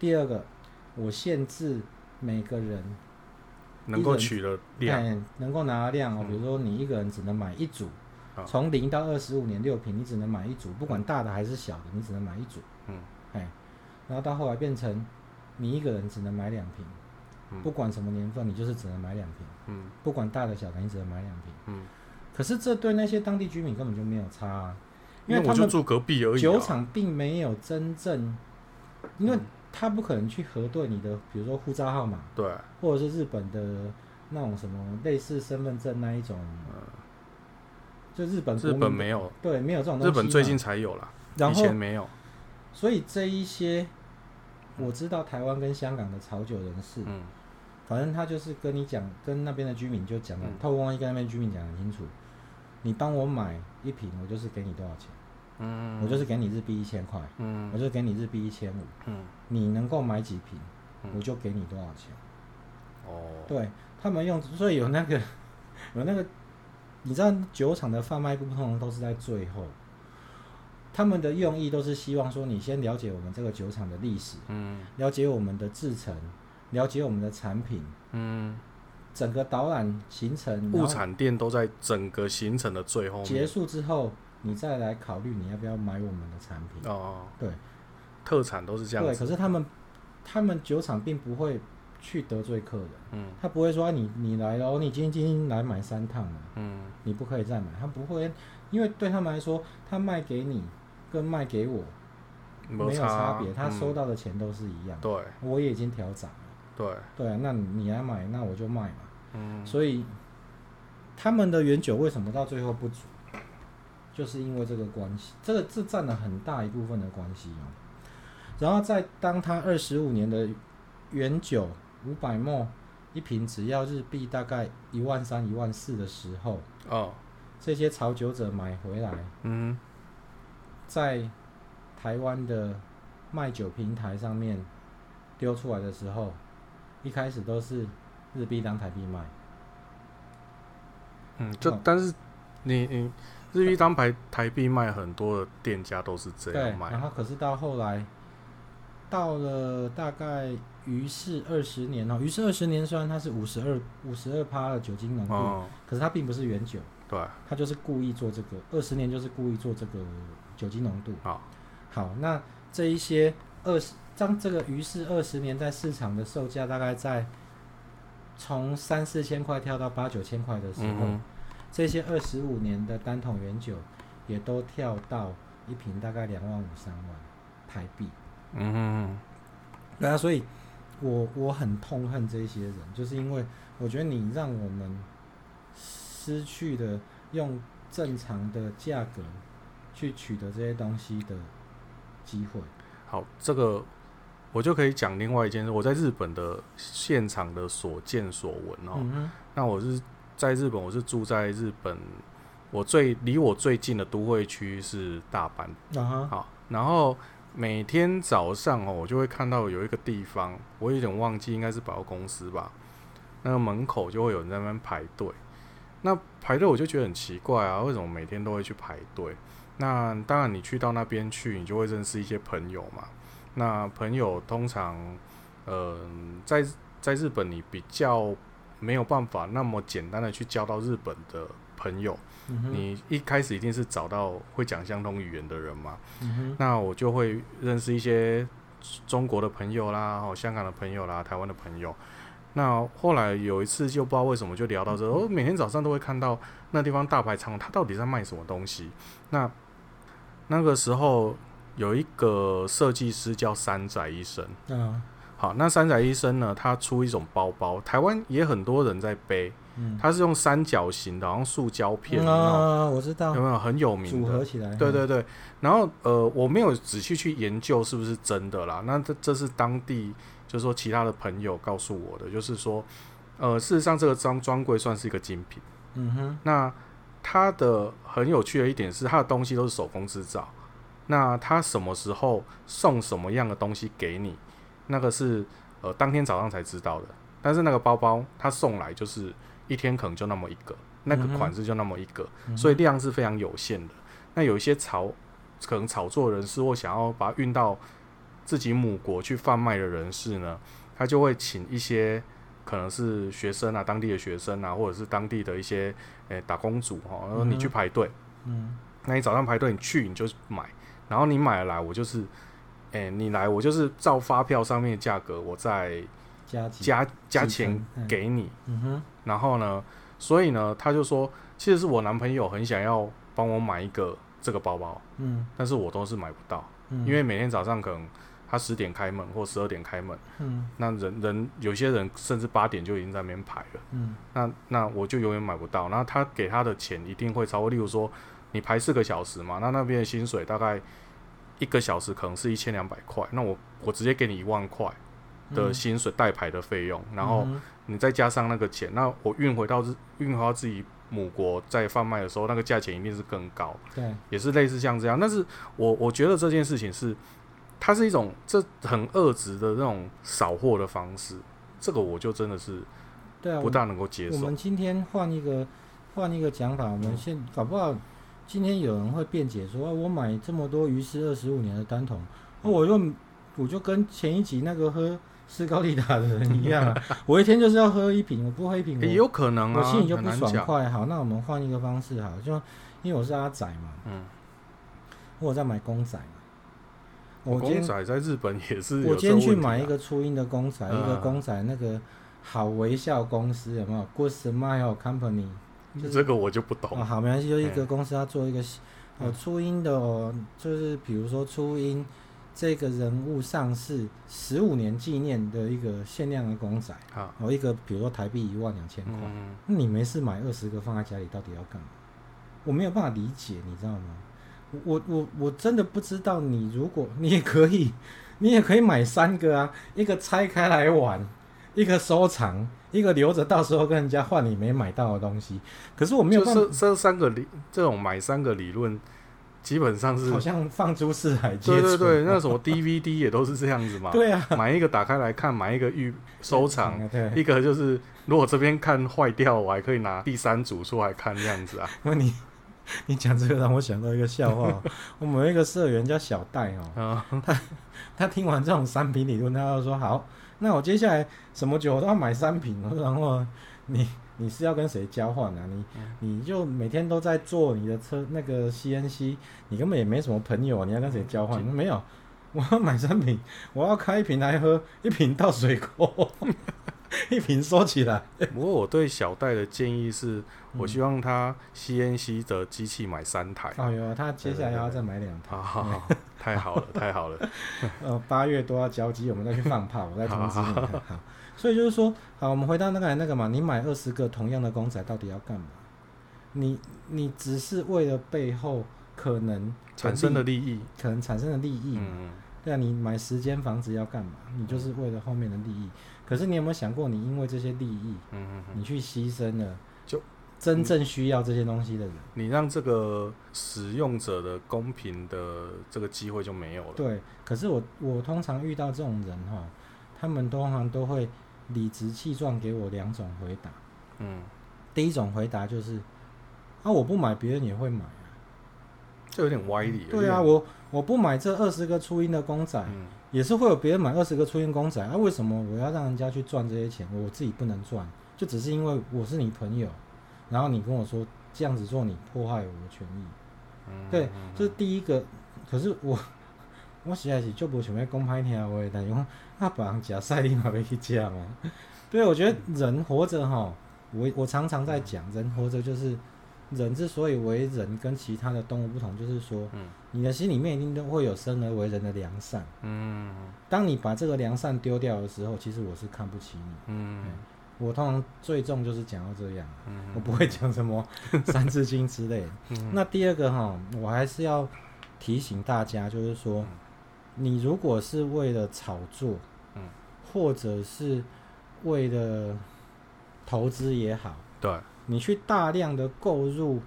[SPEAKER 2] 第二个，我限制每个人
[SPEAKER 1] 能够取的量，
[SPEAKER 2] 哎能够拿的量哦，
[SPEAKER 1] 嗯
[SPEAKER 2] 比如说你一个人只能买一组
[SPEAKER 1] 好，
[SPEAKER 2] 从零到二十五年六瓶，你只能买一组，不管大的还是小的，你只能买一组。
[SPEAKER 1] 嗯，
[SPEAKER 2] 哎，然后到后来变成你一个人只能买两瓶，
[SPEAKER 1] 嗯
[SPEAKER 2] 不管什么年份，你就是只能买两瓶，
[SPEAKER 1] 嗯
[SPEAKER 2] 不管大的小的，你只能买两瓶。
[SPEAKER 1] 嗯，
[SPEAKER 2] 可是这对那些当地居民根本就没有差、啊，
[SPEAKER 1] 因
[SPEAKER 2] 因为
[SPEAKER 1] 我
[SPEAKER 2] 他
[SPEAKER 1] 就
[SPEAKER 2] 们
[SPEAKER 1] 住隔壁而已、啊，嗯
[SPEAKER 2] 酒厂并没有真正，因为他不可能去核对你的，比如说护照号码，
[SPEAKER 1] 对，
[SPEAKER 2] 或者是日本的那种什么类似身份证那一种，就日本国
[SPEAKER 1] 呃日
[SPEAKER 2] 民
[SPEAKER 1] 本没有，
[SPEAKER 2] 对没有这种东
[SPEAKER 1] 日
[SPEAKER 2] 西嘛。
[SPEAKER 1] 本最近才有啦，
[SPEAKER 2] 然
[SPEAKER 1] 以
[SPEAKER 2] 后
[SPEAKER 1] 前嗯没有，
[SPEAKER 2] 所以这一些我知道台湾跟香港的潮酒人士，
[SPEAKER 1] 嗯
[SPEAKER 2] 反正他就是跟你讲，跟那边的居民就讲了
[SPEAKER 1] 嗯，
[SPEAKER 2] 透过万一跟那边居民讲得很清楚，你帮我买一瓶，我就是给你多少钱，
[SPEAKER 1] 嗯，
[SPEAKER 2] 我就是给你日币一千块，
[SPEAKER 1] 嗯
[SPEAKER 2] 我就给你日币一千五，
[SPEAKER 1] 嗯
[SPEAKER 2] 你能够买几瓶，
[SPEAKER 1] 嗯
[SPEAKER 2] 我就给你多少钱。
[SPEAKER 1] 哦，
[SPEAKER 2] 对他们用，所以有那个 有那个，你知道酒厂的贩卖部通常都是在最后，他们的用意都是希望说你先了解我们这个酒厂的历史，
[SPEAKER 1] 嗯
[SPEAKER 2] 了解我们的制成，了解我们的产品，
[SPEAKER 1] 嗯，
[SPEAKER 2] 整个导览行程，然
[SPEAKER 1] 物
[SPEAKER 2] 后
[SPEAKER 1] 产店都在整个行程的最后
[SPEAKER 2] 结
[SPEAKER 1] 面，
[SPEAKER 2] 束之后，你再来考虑你要不要买我们的产品。
[SPEAKER 1] 哦，
[SPEAKER 2] 对，
[SPEAKER 1] 特产都是这样
[SPEAKER 2] 对，
[SPEAKER 1] 子，
[SPEAKER 2] 可是他们他们酒厂并不会去得罪客人，
[SPEAKER 1] 嗯
[SPEAKER 2] 他不会说啊你你来了，你今天今天来买三趟啊了。
[SPEAKER 1] 嗯
[SPEAKER 2] 你不可以再买，他不会，因为对他们来说，他卖给你跟卖给我没有差
[SPEAKER 1] 差
[SPEAKER 2] 别，他
[SPEAKER 1] 嗯
[SPEAKER 2] 收到的钱都是一样。
[SPEAKER 1] 对
[SPEAKER 2] 我也已经调涨了，
[SPEAKER 1] 对，
[SPEAKER 2] 对啊，那你你来买，那我就卖嘛。
[SPEAKER 1] 嗯
[SPEAKER 2] 所以他们的原酒为什么到最后不足，就是因为这个关系，这个这占了很大一部分的关系哦。然后在当他二十五年的原酒五百沫一瓶只要日币大概一万三一万四的时候，
[SPEAKER 1] 哦
[SPEAKER 2] 这些潮酒者买回来，
[SPEAKER 1] 嗯
[SPEAKER 2] 在台湾的卖酒平台上面丢出来的时候，一开始都是日币当台币卖，
[SPEAKER 1] 嗯，这但是你你日币当牌台币卖很多的店家都是这
[SPEAKER 2] 对
[SPEAKER 1] 样。卖
[SPEAKER 2] 然，后可是到后来，到了大概于是二十年哦，于是二十年虽然它是五十二五十二趴的酒精浓度，
[SPEAKER 1] 哦
[SPEAKER 2] 可是它并不是原酒，
[SPEAKER 1] 对，
[SPEAKER 2] 它就是故意做这个二十年就是故意做这个酒精浓度。
[SPEAKER 1] 好，
[SPEAKER 2] 好，那这一些二十，当这个鱼市二十年在市场的售价大概在从三四千块跳到八九千块的时候，
[SPEAKER 1] 嗯
[SPEAKER 2] 这些二十五年的单桶原酒也都跳到一瓶大概两万五三万台币。
[SPEAKER 1] 哼嗯哼
[SPEAKER 2] 对啊，所以我我很痛恨这些人，就是因为我觉得你让我们失去了用正常的价格去取得这些东西的机会。
[SPEAKER 1] 好，这个我就可以讲另外一件事，我在日本的现场的所见所闻哦。
[SPEAKER 2] 嗯哼
[SPEAKER 1] 那我是在日本，我是住在日本，我最离我最近的都会区是大阪。
[SPEAKER 2] 啊哈，
[SPEAKER 1] 好，然后每天早上哦，我就会看到有一个地方，我有点忘记，应该是百货公司吧。那个门口就会有人在那边排队。那排队我就觉得很奇怪啊，为什么每天都会去排队？那当然，你去到那边去，你就会认识一些朋友嘛。那朋友通常，呃，在在日本你比较没有办法那么简单的去交到日本的朋友，
[SPEAKER 2] 嗯哼，
[SPEAKER 1] 你一开始一定是找到会讲相同语言的人嘛。
[SPEAKER 2] 嗯哼，
[SPEAKER 1] 那我就会认识一些中国的朋友啦，哦，香港的朋友啦，台湾的朋友。那后来有一次就不知道为什么就聊到这，哦我每天早上都会看到那地方大排长龙，它到底在卖什么东西？那那个时候有一个设计师叫山仔医生，
[SPEAKER 2] 嗯
[SPEAKER 1] 好，那山仔医生呢，他出一种包包，台湾也很多人在背，
[SPEAKER 2] 嗯，
[SPEAKER 1] 它是用三角形的，好像塑胶片
[SPEAKER 2] 嗯
[SPEAKER 1] 的那种，
[SPEAKER 2] 啊，我知道
[SPEAKER 1] 有，没有很有哦名
[SPEAKER 2] 组
[SPEAKER 1] 的
[SPEAKER 2] 合？起来，
[SPEAKER 1] 对
[SPEAKER 2] 嗯
[SPEAKER 1] 对对，然后呃，我没有仔细去研究是不是真的啦。那这这是当地，就是说其他的朋友告诉我的，就是说，呃，事实上这个专专柜算是一个精品。
[SPEAKER 2] 嗯哼，
[SPEAKER 1] 那它的很有趣的一点是，它的东西都是手工制造。那它什么时候送什么样的东西给你，那个是呃当天早上才知道的。但是那个包包它送来就是一天可能就那么一个，那个
[SPEAKER 2] 嗯哼
[SPEAKER 1] 款式就那么一个。
[SPEAKER 2] 嗯
[SPEAKER 1] 所以量是非常有限的。那有一些炒可能炒作人士或想要把它运到自己母国去贩卖的人士呢，他就会请一些可能是学生啊、当地的学生啊，或者是当地的一些诶、打工族哈、然后你去
[SPEAKER 2] 嗯哼
[SPEAKER 1] 排队，
[SPEAKER 2] 嗯
[SPEAKER 1] 那你早上排队你去你就买，然后你买了来我就是。诶，你来，我就是照发票上面的价格，我再
[SPEAKER 2] 加几，
[SPEAKER 1] 加加
[SPEAKER 2] 几
[SPEAKER 1] 钱
[SPEAKER 2] 成嗯
[SPEAKER 1] 给你，
[SPEAKER 2] 嗯哼，
[SPEAKER 1] 然后呢，所以呢，他就说，其实是我男朋友很想要帮我买一个这个包包，
[SPEAKER 2] 嗯
[SPEAKER 1] 但是我都是买不到，
[SPEAKER 2] 嗯，
[SPEAKER 1] 因为每天早上可能他十点开门或十二点开门，
[SPEAKER 2] 嗯
[SPEAKER 1] 那人人有些人甚至八点就已经在那边排了，
[SPEAKER 2] 嗯
[SPEAKER 1] 那那我就永远买不到。那他给他的钱一定会超过，例如说你排四个小时嘛，那那边的薪水大概一个小时可能是一千两百块，那我我直接给你一万块的
[SPEAKER 2] 嗯
[SPEAKER 1] 薪水代排的费用，然后。
[SPEAKER 2] 嗯
[SPEAKER 1] 你再加上那个钱，那我运回到日运回到自己母国再贩卖的时候，那个价钱一定是更高，
[SPEAKER 2] 哼对，
[SPEAKER 1] 也是类似像这样。但是我我觉得这件事情是，它是一种这很恶质的那种扫货的方式，这个我就真的是
[SPEAKER 2] 对啊，
[SPEAKER 1] 不大能够接
[SPEAKER 2] 我
[SPEAKER 1] 受。
[SPEAKER 2] 们今天换一个换一个讲法，我们现搞不好今天有人会辩解说，啊我买这么多鱼是二十五年的单桶，
[SPEAKER 1] 嗯
[SPEAKER 2] 那我就我就跟前一集那个喝斯高利达的人一样啊，我一天就是要喝一瓶，我不喝一瓶
[SPEAKER 1] 也
[SPEAKER 2] 我
[SPEAKER 1] 有可能
[SPEAKER 2] 我
[SPEAKER 1] 啊，
[SPEAKER 2] 心里就
[SPEAKER 1] 很
[SPEAKER 2] 不
[SPEAKER 1] 难
[SPEAKER 2] 爽
[SPEAKER 1] 讲。
[SPEAKER 2] 快。好，那我们换一个方式好了，就因为我是阿仔嘛，
[SPEAKER 1] 嗯，
[SPEAKER 2] 我有在买公仔嘛，我今
[SPEAKER 1] 公
[SPEAKER 2] 天
[SPEAKER 1] 仔在日本也是有
[SPEAKER 2] 我今天去买一
[SPEAKER 1] 这问题啊
[SPEAKER 2] 个初音的公仔，
[SPEAKER 1] 嗯
[SPEAKER 2] 一个公仔那个好微笑公司有没有？Good Smile Company
[SPEAKER 1] 啊
[SPEAKER 2] 就 是
[SPEAKER 1] 这个我就不懂
[SPEAKER 2] 啊，。好，没关系，就是一个
[SPEAKER 1] 嗯
[SPEAKER 2] 公司要做一个呃
[SPEAKER 1] 嗯
[SPEAKER 2] 初音的哦，就是比如说初音这个人物上市十五年纪念的一个限量的公仔，
[SPEAKER 1] 好，
[SPEAKER 2] 哦，一个比如说台币一万两千块，
[SPEAKER 1] 嗯，
[SPEAKER 2] 那你没事买二十个放在家里到底要干嘛？我没有办法理解，你知道吗？我我我我真的不知道你，如果你也可以， 你也可以买三个啊，一个拆开来玩，一个收藏，一个留着到时候跟人家换你没买到的东西。可是我没有
[SPEAKER 1] 就
[SPEAKER 2] 办法，
[SPEAKER 1] 这这三个理这种买三个理论，基本上是
[SPEAKER 2] 好像放诸四海皆
[SPEAKER 1] 对
[SPEAKER 2] 准
[SPEAKER 1] 对。对，那什么 DVD 也都是这样子嘛。
[SPEAKER 2] 对啊，
[SPEAKER 1] 买一个打开来看，买一个预收 藏，
[SPEAKER 2] 啊，对。
[SPEAKER 1] 一个就是 如果这边看坏掉，我还可以拿第三组出来看这样子啊。
[SPEAKER 2] 因为你你讲这个让我想到一个笑话哦、我们有一个社员叫小戴 哦、
[SPEAKER 1] 啊
[SPEAKER 2] 他听完这种三瓶理论，他就说好，那我接下来什么酒我都要买三瓶哦，然后你你是要跟谁交换啊？你你就每天都在做你的车那个 CNC，你根本也没什么朋友，啊你要跟谁交换？没有，我要买三瓶，我要开一瓶来喝，一瓶倒水沟， 一瓶收起来。
[SPEAKER 1] 不过我对小戴的建议是，我希
[SPEAKER 2] 望、
[SPEAKER 1] 望他 CNC 的机器买三台。
[SPEAKER 2] 哎呦，他接下来要再买两
[SPEAKER 1] 好
[SPEAKER 2] 套，
[SPEAKER 1] 好好， 太好了，太好了。
[SPEAKER 2] 呃，八月多要交机，我们再去放炮，我再
[SPEAKER 1] 啊
[SPEAKER 2] 通知你。 好，所以就是说，好，我们回到那个那个嘛，你买二十个同样的公仔，到底要干嘛？你你只是为了背后可能
[SPEAKER 1] 产生的
[SPEAKER 2] 利
[SPEAKER 1] 利益，
[SPEAKER 2] 可能产生的利益，
[SPEAKER 1] 嗯，
[SPEAKER 2] 对啊，你买十间房子要干嘛？你就是为了后面的利益。可是你有没有想过，你因为这些利益，
[SPEAKER 1] 嗯嗯嗯，
[SPEAKER 2] 你去牺牲了
[SPEAKER 1] 就嗯
[SPEAKER 2] 真正需要这些东西的人？
[SPEAKER 1] 你让这个使用者的公平的这个机会就没有了。
[SPEAKER 2] 对，可是我我通常遇到这种人哈，他们通常都会理直气壮给我两种回答。
[SPEAKER 1] 嗯，
[SPEAKER 2] 第一种回答就是，啊，我不买，别人也会买啊。
[SPEAKER 1] 这有点歪理了。
[SPEAKER 2] 对啊，
[SPEAKER 1] 有点
[SPEAKER 2] 我我不买这二十个初音的公仔，
[SPEAKER 1] 嗯
[SPEAKER 2] 也是会有别人买二十个初音公仔啊。为什么我要让人家去赚这些钱？我自己不能赚，就只是因为我是你朋友，然后你跟我说这样子做，你迫害我的权益。
[SPEAKER 1] 嗯，
[SPEAKER 2] 对
[SPEAKER 1] 嗯，
[SPEAKER 2] 这是第一个。可是我 我实在是就不想要讲歹听的话，但是我啊，别人食屎，你嘛要去食嘛。对，我觉得人活着哈，我我常常在讲，人活着就是人之所以为人跟其他的动物不同，就是说，
[SPEAKER 1] 嗯
[SPEAKER 2] 你的心里面一定都会有生而为人的良善。
[SPEAKER 1] 嗯
[SPEAKER 2] 当你把这个良善丢掉的时候，其实我是看不起你。
[SPEAKER 1] 嗯
[SPEAKER 2] 我通常最重就是讲到这样，我
[SPEAKER 1] 嗯
[SPEAKER 2] 不会讲什么三字经之类的。
[SPEAKER 1] 嗯
[SPEAKER 2] 那第二个哈，我还是要提醒大家，就是说
[SPEAKER 1] 嗯，
[SPEAKER 2] 你如果是为了炒作，
[SPEAKER 1] 嗯，
[SPEAKER 2] 或者是为了投资也好，
[SPEAKER 1] 对，
[SPEAKER 2] 你去大量的购入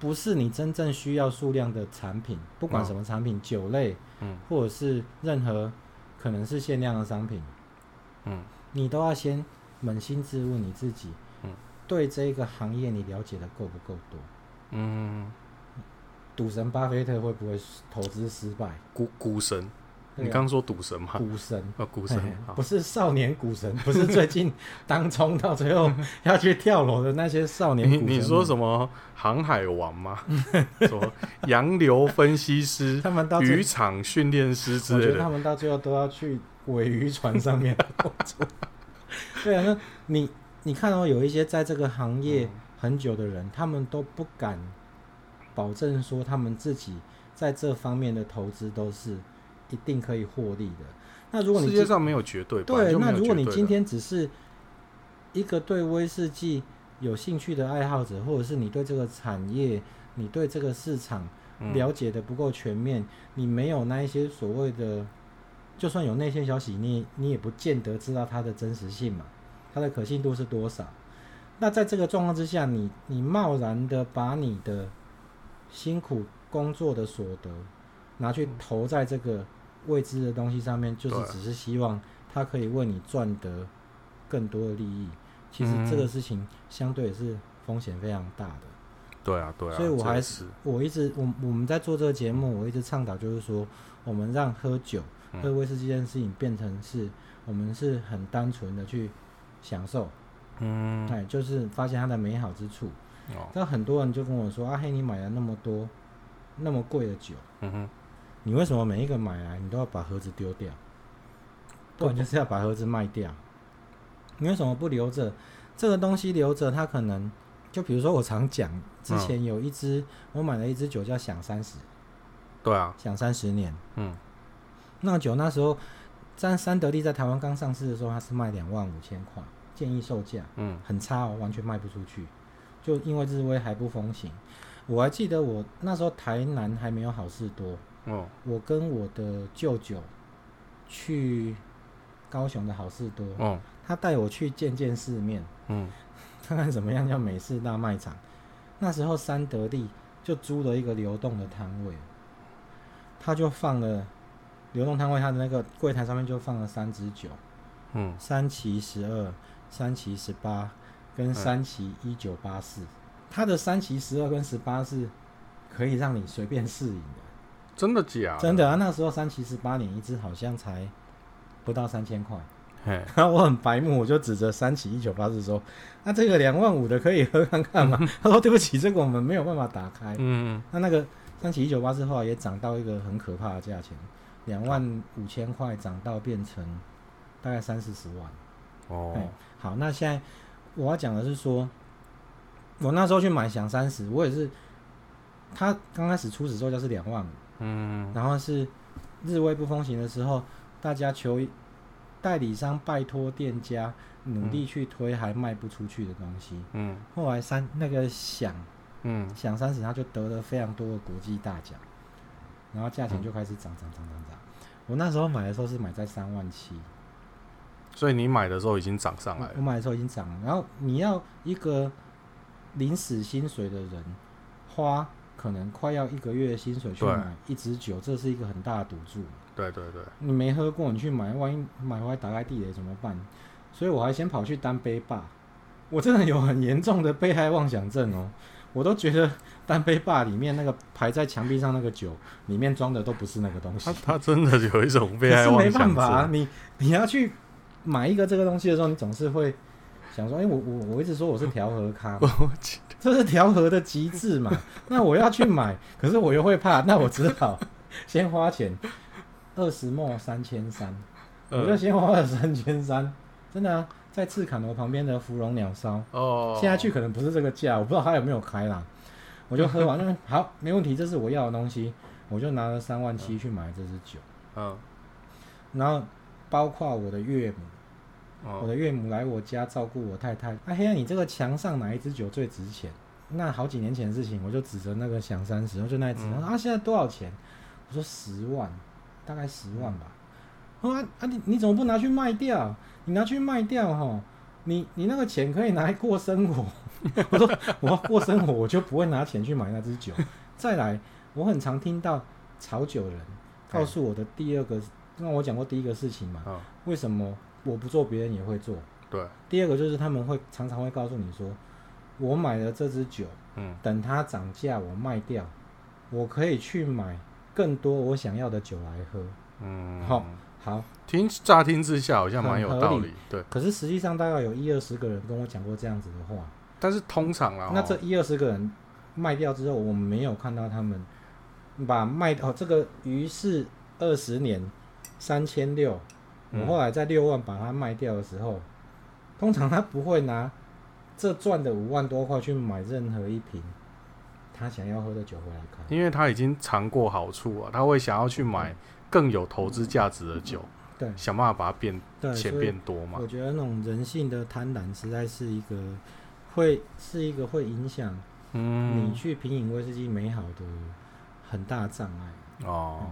[SPEAKER 2] 不是你真正需要数量的产品，不管
[SPEAKER 1] 哦
[SPEAKER 2] 什么产品，酒类
[SPEAKER 1] 嗯
[SPEAKER 2] 或者是任何可能是限量的商品，
[SPEAKER 1] 嗯
[SPEAKER 2] 你都要先扪心自问你自己，
[SPEAKER 1] 嗯，
[SPEAKER 2] 对这个行业你了解的够不够多？
[SPEAKER 1] 嗯，
[SPEAKER 2] 赌神巴菲特会不会投资失败？
[SPEAKER 1] 股股神，
[SPEAKER 2] 对
[SPEAKER 1] 你
[SPEAKER 2] 啊
[SPEAKER 1] 刚刚说赌神嘛？
[SPEAKER 2] 股神。
[SPEAKER 1] 啊，股
[SPEAKER 2] 嘿
[SPEAKER 1] 神，好
[SPEAKER 2] 不是少年股神，不是最近当冲到 最后要去跳楼的那些少年
[SPEAKER 1] 你
[SPEAKER 2] 股神。
[SPEAKER 1] 你说什么航海王 吗？什么洋流分析师、
[SPEAKER 2] 他们到最
[SPEAKER 1] 渔场训练师之
[SPEAKER 2] 我觉
[SPEAKER 1] 类
[SPEAKER 2] 得他
[SPEAKER 1] 的？
[SPEAKER 2] 们到最后都要去尾渔船上面工作。对啊，那你你看到、有一些在这个行
[SPEAKER 1] 嗯
[SPEAKER 2] 业很久的人，他们都不敢保证说他们自己在这方面的投资都是一定可以获利的。那如果你
[SPEAKER 1] 世
[SPEAKER 2] 今
[SPEAKER 1] 界上没有绝对，本来
[SPEAKER 2] 对，
[SPEAKER 1] 就没
[SPEAKER 2] 那
[SPEAKER 1] 有
[SPEAKER 2] 如
[SPEAKER 1] 绝
[SPEAKER 2] 果你
[SPEAKER 1] 对
[SPEAKER 2] 今
[SPEAKER 1] 的
[SPEAKER 2] 天只是一个对威士忌有兴趣的爱好者，或者是你对这个产业、你对这个市场
[SPEAKER 1] 嗯
[SPEAKER 2] 了解的不够全面，你没有那一些所谓的，就算有内线消息，你也你也不见得知道它的真实性嘛，它的可信度是多少。那在这个状况之下，你你贸然的把你的辛苦工作的所得
[SPEAKER 1] 嗯
[SPEAKER 2] 拿去投在这个未知的东西上面，就是
[SPEAKER 1] 对
[SPEAKER 2] 只是希望它可以为你赚得更多的利益。其实这个
[SPEAKER 1] 嗯
[SPEAKER 2] 事情相对也是风险非常大的。
[SPEAKER 1] 对啊对啊，
[SPEAKER 2] 所以我
[SPEAKER 1] 这
[SPEAKER 2] 还
[SPEAKER 1] 也
[SPEAKER 2] 是我一直我我们在做这个节目，我一直倡导就是说，我们让喝酒、
[SPEAKER 1] 嗯
[SPEAKER 2] 喝威士忌这件事情变成是我们是很单纯的去享受，
[SPEAKER 1] 嗯
[SPEAKER 2] 哎、就是发现它的美好之处。
[SPEAKER 1] 哦
[SPEAKER 2] 但很多人就跟我说：“啊，嘿，你买了那么多那么贵的酒，
[SPEAKER 1] 嗯哼
[SPEAKER 2] 你为什么每一个买来你都要把盒子丢掉？不然就是要把盒子卖掉。你为什么不留着这个东西？留着它可能就比如说我常讲，之
[SPEAKER 1] 嗯
[SPEAKER 2] 前有一支、我买了一支酒叫响三十，
[SPEAKER 1] 对啊
[SPEAKER 2] 响三十年
[SPEAKER 1] 嗯
[SPEAKER 2] 那个酒那时候在三得利在台湾刚上市的时候，它是卖两万五千块，建议售价
[SPEAKER 1] 嗯
[SPEAKER 2] 很差哦，完全卖不出去，就因为日威还不风行。我还记得我那时候台南还没有好事多，
[SPEAKER 1] 哦
[SPEAKER 2] 我跟我的舅舅去高雄的好事多，
[SPEAKER 1] 哦
[SPEAKER 2] 他带我去见见世面，
[SPEAKER 1] 嗯
[SPEAKER 2] 看看怎么样叫美式大卖场。那时候三得利就租了一个流动的摊位，他就放了流动摊位，他的那个柜台上面就放了三支酒，
[SPEAKER 1] 嗯
[SPEAKER 2] 三旗十二、三旗十八跟
[SPEAKER 1] 嗯
[SPEAKER 2] 三旗一九八四。他的三旗十二跟十八是可以让你随便试饮的。
[SPEAKER 1] 真的假
[SPEAKER 2] 真的啊，那时候三七十八年一支好像才不到三千块，
[SPEAKER 1] 嘿
[SPEAKER 2] 然后我很白目，我就指着三七一九八四说：“那这个两万五的可以喝看看吗？” 他说：“对不起，这个我们没有办法打开。
[SPEAKER 1] 嗯
[SPEAKER 2] 那那个三七一九八四后来也涨到一个很可怕的价钱，两万五千块涨到变成大概三四十万。
[SPEAKER 1] 哦
[SPEAKER 2] 哎好，那现在我要讲的是说，我那时候去买响三十，我也是，它刚开始初始售价是两万五。
[SPEAKER 1] 嗯
[SPEAKER 2] 然后是日威不风行的时候，大家求代理商拜托店家努力去推还卖不出去的东西。
[SPEAKER 1] 嗯
[SPEAKER 2] 后来三那个响
[SPEAKER 1] 嗯
[SPEAKER 2] 响三十，他就得了非常多的国际大奖，然
[SPEAKER 1] 嗯
[SPEAKER 2] 后价钱就开始涨涨涨涨涨。我那时候买的时候是买在三万七，
[SPEAKER 1] 所以你买的时候已经涨上来
[SPEAKER 2] 我
[SPEAKER 1] 了，
[SPEAKER 2] 买的时候已经涨了。然后你要一个临死薪水的人花可能快要一个月的薪水去
[SPEAKER 1] 对
[SPEAKER 2] 买一支酒，这是一个很大的赌注。
[SPEAKER 1] 对对对，
[SPEAKER 2] 你没喝过，你去买，万一买回来打开地雷怎么办？所以我还先跑去单杯霸，我真的有很严重的被害妄想症哦，我都觉得单杯霸里面那个排在墙壁上那个酒，里面装的都不是那个东西
[SPEAKER 1] 他，他真的有一种
[SPEAKER 2] 可
[SPEAKER 1] 被害
[SPEAKER 2] 是
[SPEAKER 1] 妄
[SPEAKER 2] 没办
[SPEAKER 1] 想
[SPEAKER 2] 法、啊，
[SPEAKER 1] 症，
[SPEAKER 2] 你你要去买一个这个东西的时候，你总是会想说，哎、我我我一直说我是调和咖嘛， 这是调和的极致嘛，那我要去买，可是我又会怕，那我只好先花钱，二十墨三千三，我就
[SPEAKER 1] 呃，
[SPEAKER 2] 先花了三千三，真的啊，在赤坎楼旁边的芙蓉鸟烧，
[SPEAKER 1] 哦，
[SPEAKER 2] 现在去可能不是这个价，我不知道他有没有开啦。我就喝完，那好，没问题，这是我要的东西，我就拿了三万七去买这支酒，
[SPEAKER 1] 嗯，
[SPEAKER 2] 然后包括我的岳母，我
[SPEAKER 1] 哦，
[SPEAKER 2] 的岳母来我家照顾我太太。啊，黑暗，你这个墙上哪一支酒最值钱？那好几年前的事情，我就指着那个响三十，我就那一支，
[SPEAKER 1] 嗯
[SPEAKER 2] 他说啊，现在多少钱？我说十万，大概十万吧。啊啊，你你怎么不拿去卖掉？你拿去卖掉哈，你你那个钱可以拿来过生活。 我说我要过生活，我就不会拿钱去买那支酒。再来，我很常听到炒酒人
[SPEAKER 1] 哎
[SPEAKER 2] 告诉我的第二个，那我讲过第一个事情嘛，
[SPEAKER 1] 嗯，
[SPEAKER 2] 为什么我不做，别人也会做？
[SPEAKER 1] 对，
[SPEAKER 2] 第二个就是他们会常常会告诉你说，我买了这支酒，
[SPEAKER 1] 嗯，
[SPEAKER 2] 等它涨价我卖掉，我可以去买更多我想要的酒来喝。
[SPEAKER 1] 嗯，
[SPEAKER 2] 好好，
[SPEAKER 1] 听乍听之下好像蛮有
[SPEAKER 2] 很合
[SPEAKER 1] 道
[SPEAKER 2] 理
[SPEAKER 1] 理，对，
[SPEAKER 2] 可是实际上大概有一二十个人跟我讲过这样子的话，
[SPEAKER 1] 但是通常啦，
[SPEAKER 2] 那
[SPEAKER 1] 哦
[SPEAKER 2] 这一二十个人卖掉之后，我们没有看到他们把卖哦这个于是二十年三千六，我
[SPEAKER 1] 嗯
[SPEAKER 2] 后来在六万把它卖掉的时候，通常他不会拿这赚的五万多块去买任何一瓶他想要喝的酒回来开。
[SPEAKER 1] 因为他已经尝过好处啊，他会想要去买
[SPEAKER 2] 嗯
[SPEAKER 1] 更有投资价值的酒，
[SPEAKER 2] 对
[SPEAKER 1] 想办法把它变
[SPEAKER 2] 嗯对，
[SPEAKER 1] 钱
[SPEAKER 2] 所以
[SPEAKER 1] 变多嘛
[SPEAKER 2] 我。觉得那种人性的贪婪实在是一个会是一个会影响你
[SPEAKER 1] 嗯，
[SPEAKER 2] 去品饮威士忌美好的很大障碍。嗯
[SPEAKER 1] 哦，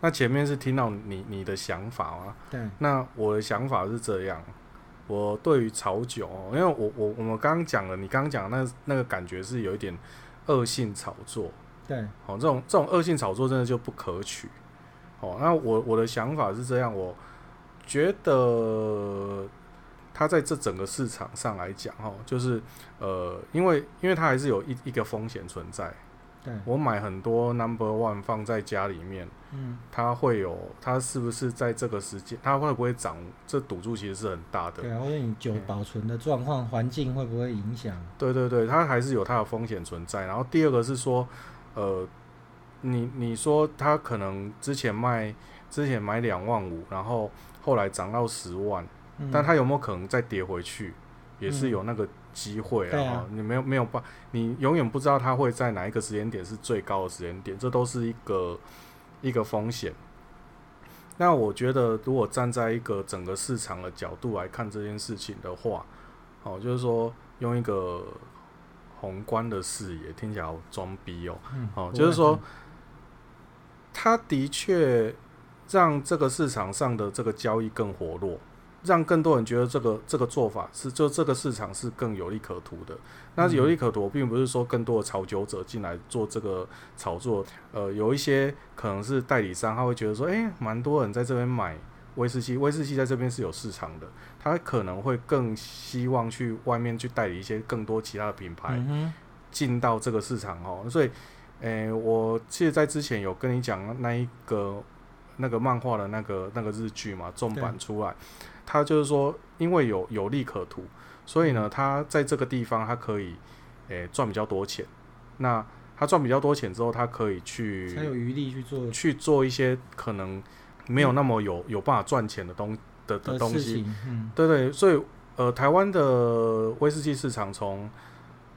[SPEAKER 1] 那前面是听到你你的想法啊，
[SPEAKER 2] 对，
[SPEAKER 1] 那我的想法是这样，我对于炒酒哦，因为我我我们刚刚讲了，你刚刚讲的那那个感觉是有一点恶性炒作，
[SPEAKER 2] 对，
[SPEAKER 1] 哦，这种这种恶性炒作真的就不可取。哦，那我我的想法是这样，我觉得它在这整个市场上来讲，哦，就是呃，因为因为它还是有一一个风险存在。
[SPEAKER 2] 对，
[SPEAKER 1] 我买很多 number one 放在家里面，
[SPEAKER 2] 嗯，
[SPEAKER 1] 它会有它是不是在这个时间，它会不会涨？这赌注其实是很大的。
[SPEAKER 2] 对啊，或者你酒保存的状况、环境会不会影响？
[SPEAKER 1] 对对对，它还是有它的风险存在。然后第二个是说，呃，你你说它可能之前卖之前买两万五，然后后来涨到十万，
[SPEAKER 2] 嗯，
[SPEAKER 1] 但它有没有可能再跌回去，也是
[SPEAKER 2] 嗯
[SPEAKER 1] 有那个机会
[SPEAKER 2] 对
[SPEAKER 1] 然
[SPEAKER 2] 啊
[SPEAKER 1] 后你没有没有办，你永远不知道它会在哪一个时间点是最高的时间点，这都是一个一个风险。那我觉得，如果站在一个整个市场的角度来看这件事情的话，哦，就是说用一个宏观的视野，听起来好装逼哦。
[SPEAKER 2] 嗯
[SPEAKER 1] 哦
[SPEAKER 2] 不，
[SPEAKER 1] 就是
[SPEAKER 2] 会
[SPEAKER 1] 说
[SPEAKER 2] 很，
[SPEAKER 1] 它的确让这个市场上的这个交易更活络，让更多人觉得这个这个做法是就这个市场是更有利可图的。那
[SPEAKER 2] 嗯
[SPEAKER 1] 有利可图，并不是说更多的炒酒者进来做这个炒作，呃，有一些可能是代理商，他会觉得说，诶，蛮多人在这边买。威士忌，威士忌在这边是有市场的，他可能会更希望去外面去代理一些更多其他的品牌，
[SPEAKER 2] 嗯哼，
[SPEAKER 1] 进到这个市场哦。所以，诶、我其实，在之前有跟你讲那一个那个漫画的那个那个日剧嘛，重版出来，它就是说，因为有有利可图，所以
[SPEAKER 2] 嗯
[SPEAKER 1] 呢，它在这个地方它可以诶赚、比较多钱。那它赚比较多钱之后，它可以去
[SPEAKER 2] 才有余力去做
[SPEAKER 1] 去做一些可能没有那么有、有办法赚钱的东的的东
[SPEAKER 2] 事
[SPEAKER 1] 西。
[SPEAKER 2] 情。嗯，
[SPEAKER 1] 对对，所以呃，台湾的威士忌市场从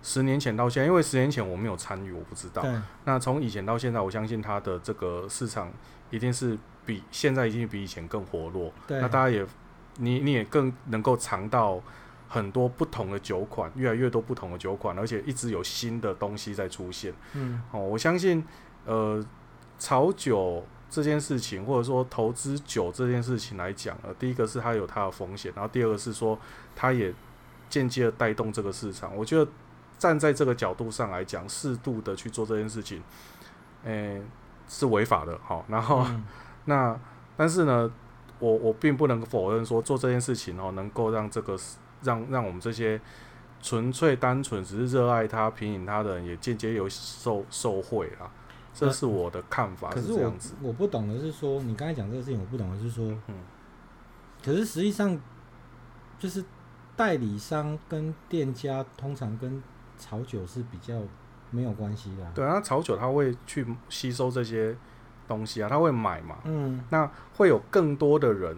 [SPEAKER 1] 十年前到现在，因为十年前我没有参与，我不知道。
[SPEAKER 2] 对，
[SPEAKER 1] 那从以前到现在，我相信它的这个市场一定是比现在一定比以前更活络。
[SPEAKER 2] 对，
[SPEAKER 1] 那大家也，你你也更能够尝到很多不同的酒款，越来越多不同的酒款，而且一直有新的东西在出现。
[SPEAKER 2] 嗯，
[SPEAKER 1] 哦，我相信，呃，炒酒这件事情，或者说投资酒这件事情来讲，呃，第一个是它有它的风险，然后第二个是说它也间接的带动这个市场。我觉得站在这个角度上来讲，适度的去做这件事情，诶、是违法的。好、然后、
[SPEAKER 2] 嗯
[SPEAKER 1] 那但是呢，我我并不能否认说做这件事情哦，能够让这个 s- 让让我们这些纯粹单纯只是热爱它、品饮它的人，也间接有受受惠啦。这
[SPEAKER 2] 那
[SPEAKER 1] 是我的看法，
[SPEAKER 2] 可是
[SPEAKER 1] 这
[SPEAKER 2] 我
[SPEAKER 1] 样子。
[SPEAKER 2] 我不懂的是说，你刚才讲这个事情，我不懂的是说，
[SPEAKER 1] 嗯
[SPEAKER 2] 可是实际上就是代理商跟店家通常跟炒酒是比较没有关系的啊。
[SPEAKER 1] 对啊，那炒酒它会去吸收这些东西啊，他会买嘛，
[SPEAKER 2] 嗯，
[SPEAKER 1] 那会有更多的人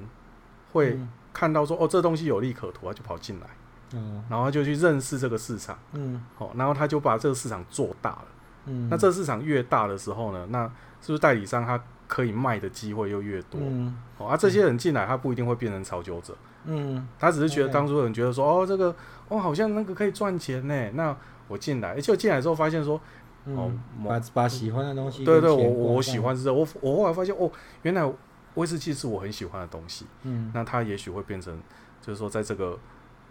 [SPEAKER 1] 会
[SPEAKER 2] 嗯
[SPEAKER 1] 看到说，哦，这东西有利可图啊，就跑进来，
[SPEAKER 2] 哦，
[SPEAKER 1] 然后就去认识这个市场，
[SPEAKER 2] 嗯
[SPEAKER 1] 哦，然后他就把这个市场做大了。
[SPEAKER 2] 嗯，
[SPEAKER 1] 那这市场越大的时候呢，那是不是代理商他可以卖的机会又越多？
[SPEAKER 2] 嗯
[SPEAKER 1] 哦，啊，这些人进来，他不一定会变成炒酒者，
[SPEAKER 2] 嗯
[SPEAKER 1] 他只是觉得
[SPEAKER 2] OK
[SPEAKER 1] 当初有人觉得说，哦，这个哦，好像那个可以赚钱呢，那我进来，而且我进来之后发现说，哦
[SPEAKER 2] 嗯，
[SPEAKER 1] 某
[SPEAKER 2] 把把喜欢的东西
[SPEAKER 1] 对对，
[SPEAKER 2] 跟
[SPEAKER 1] 我
[SPEAKER 2] 钱
[SPEAKER 1] 我
[SPEAKER 2] 挂
[SPEAKER 1] 喜
[SPEAKER 2] 上，
[SPEAKER 1] 欢是这个我我后来发现哦，原来威士忌是我很喜欢的东西，
[SPEAKER 2] 嗯
[SPEAKER 1] 那它也许会变成，就是说在这个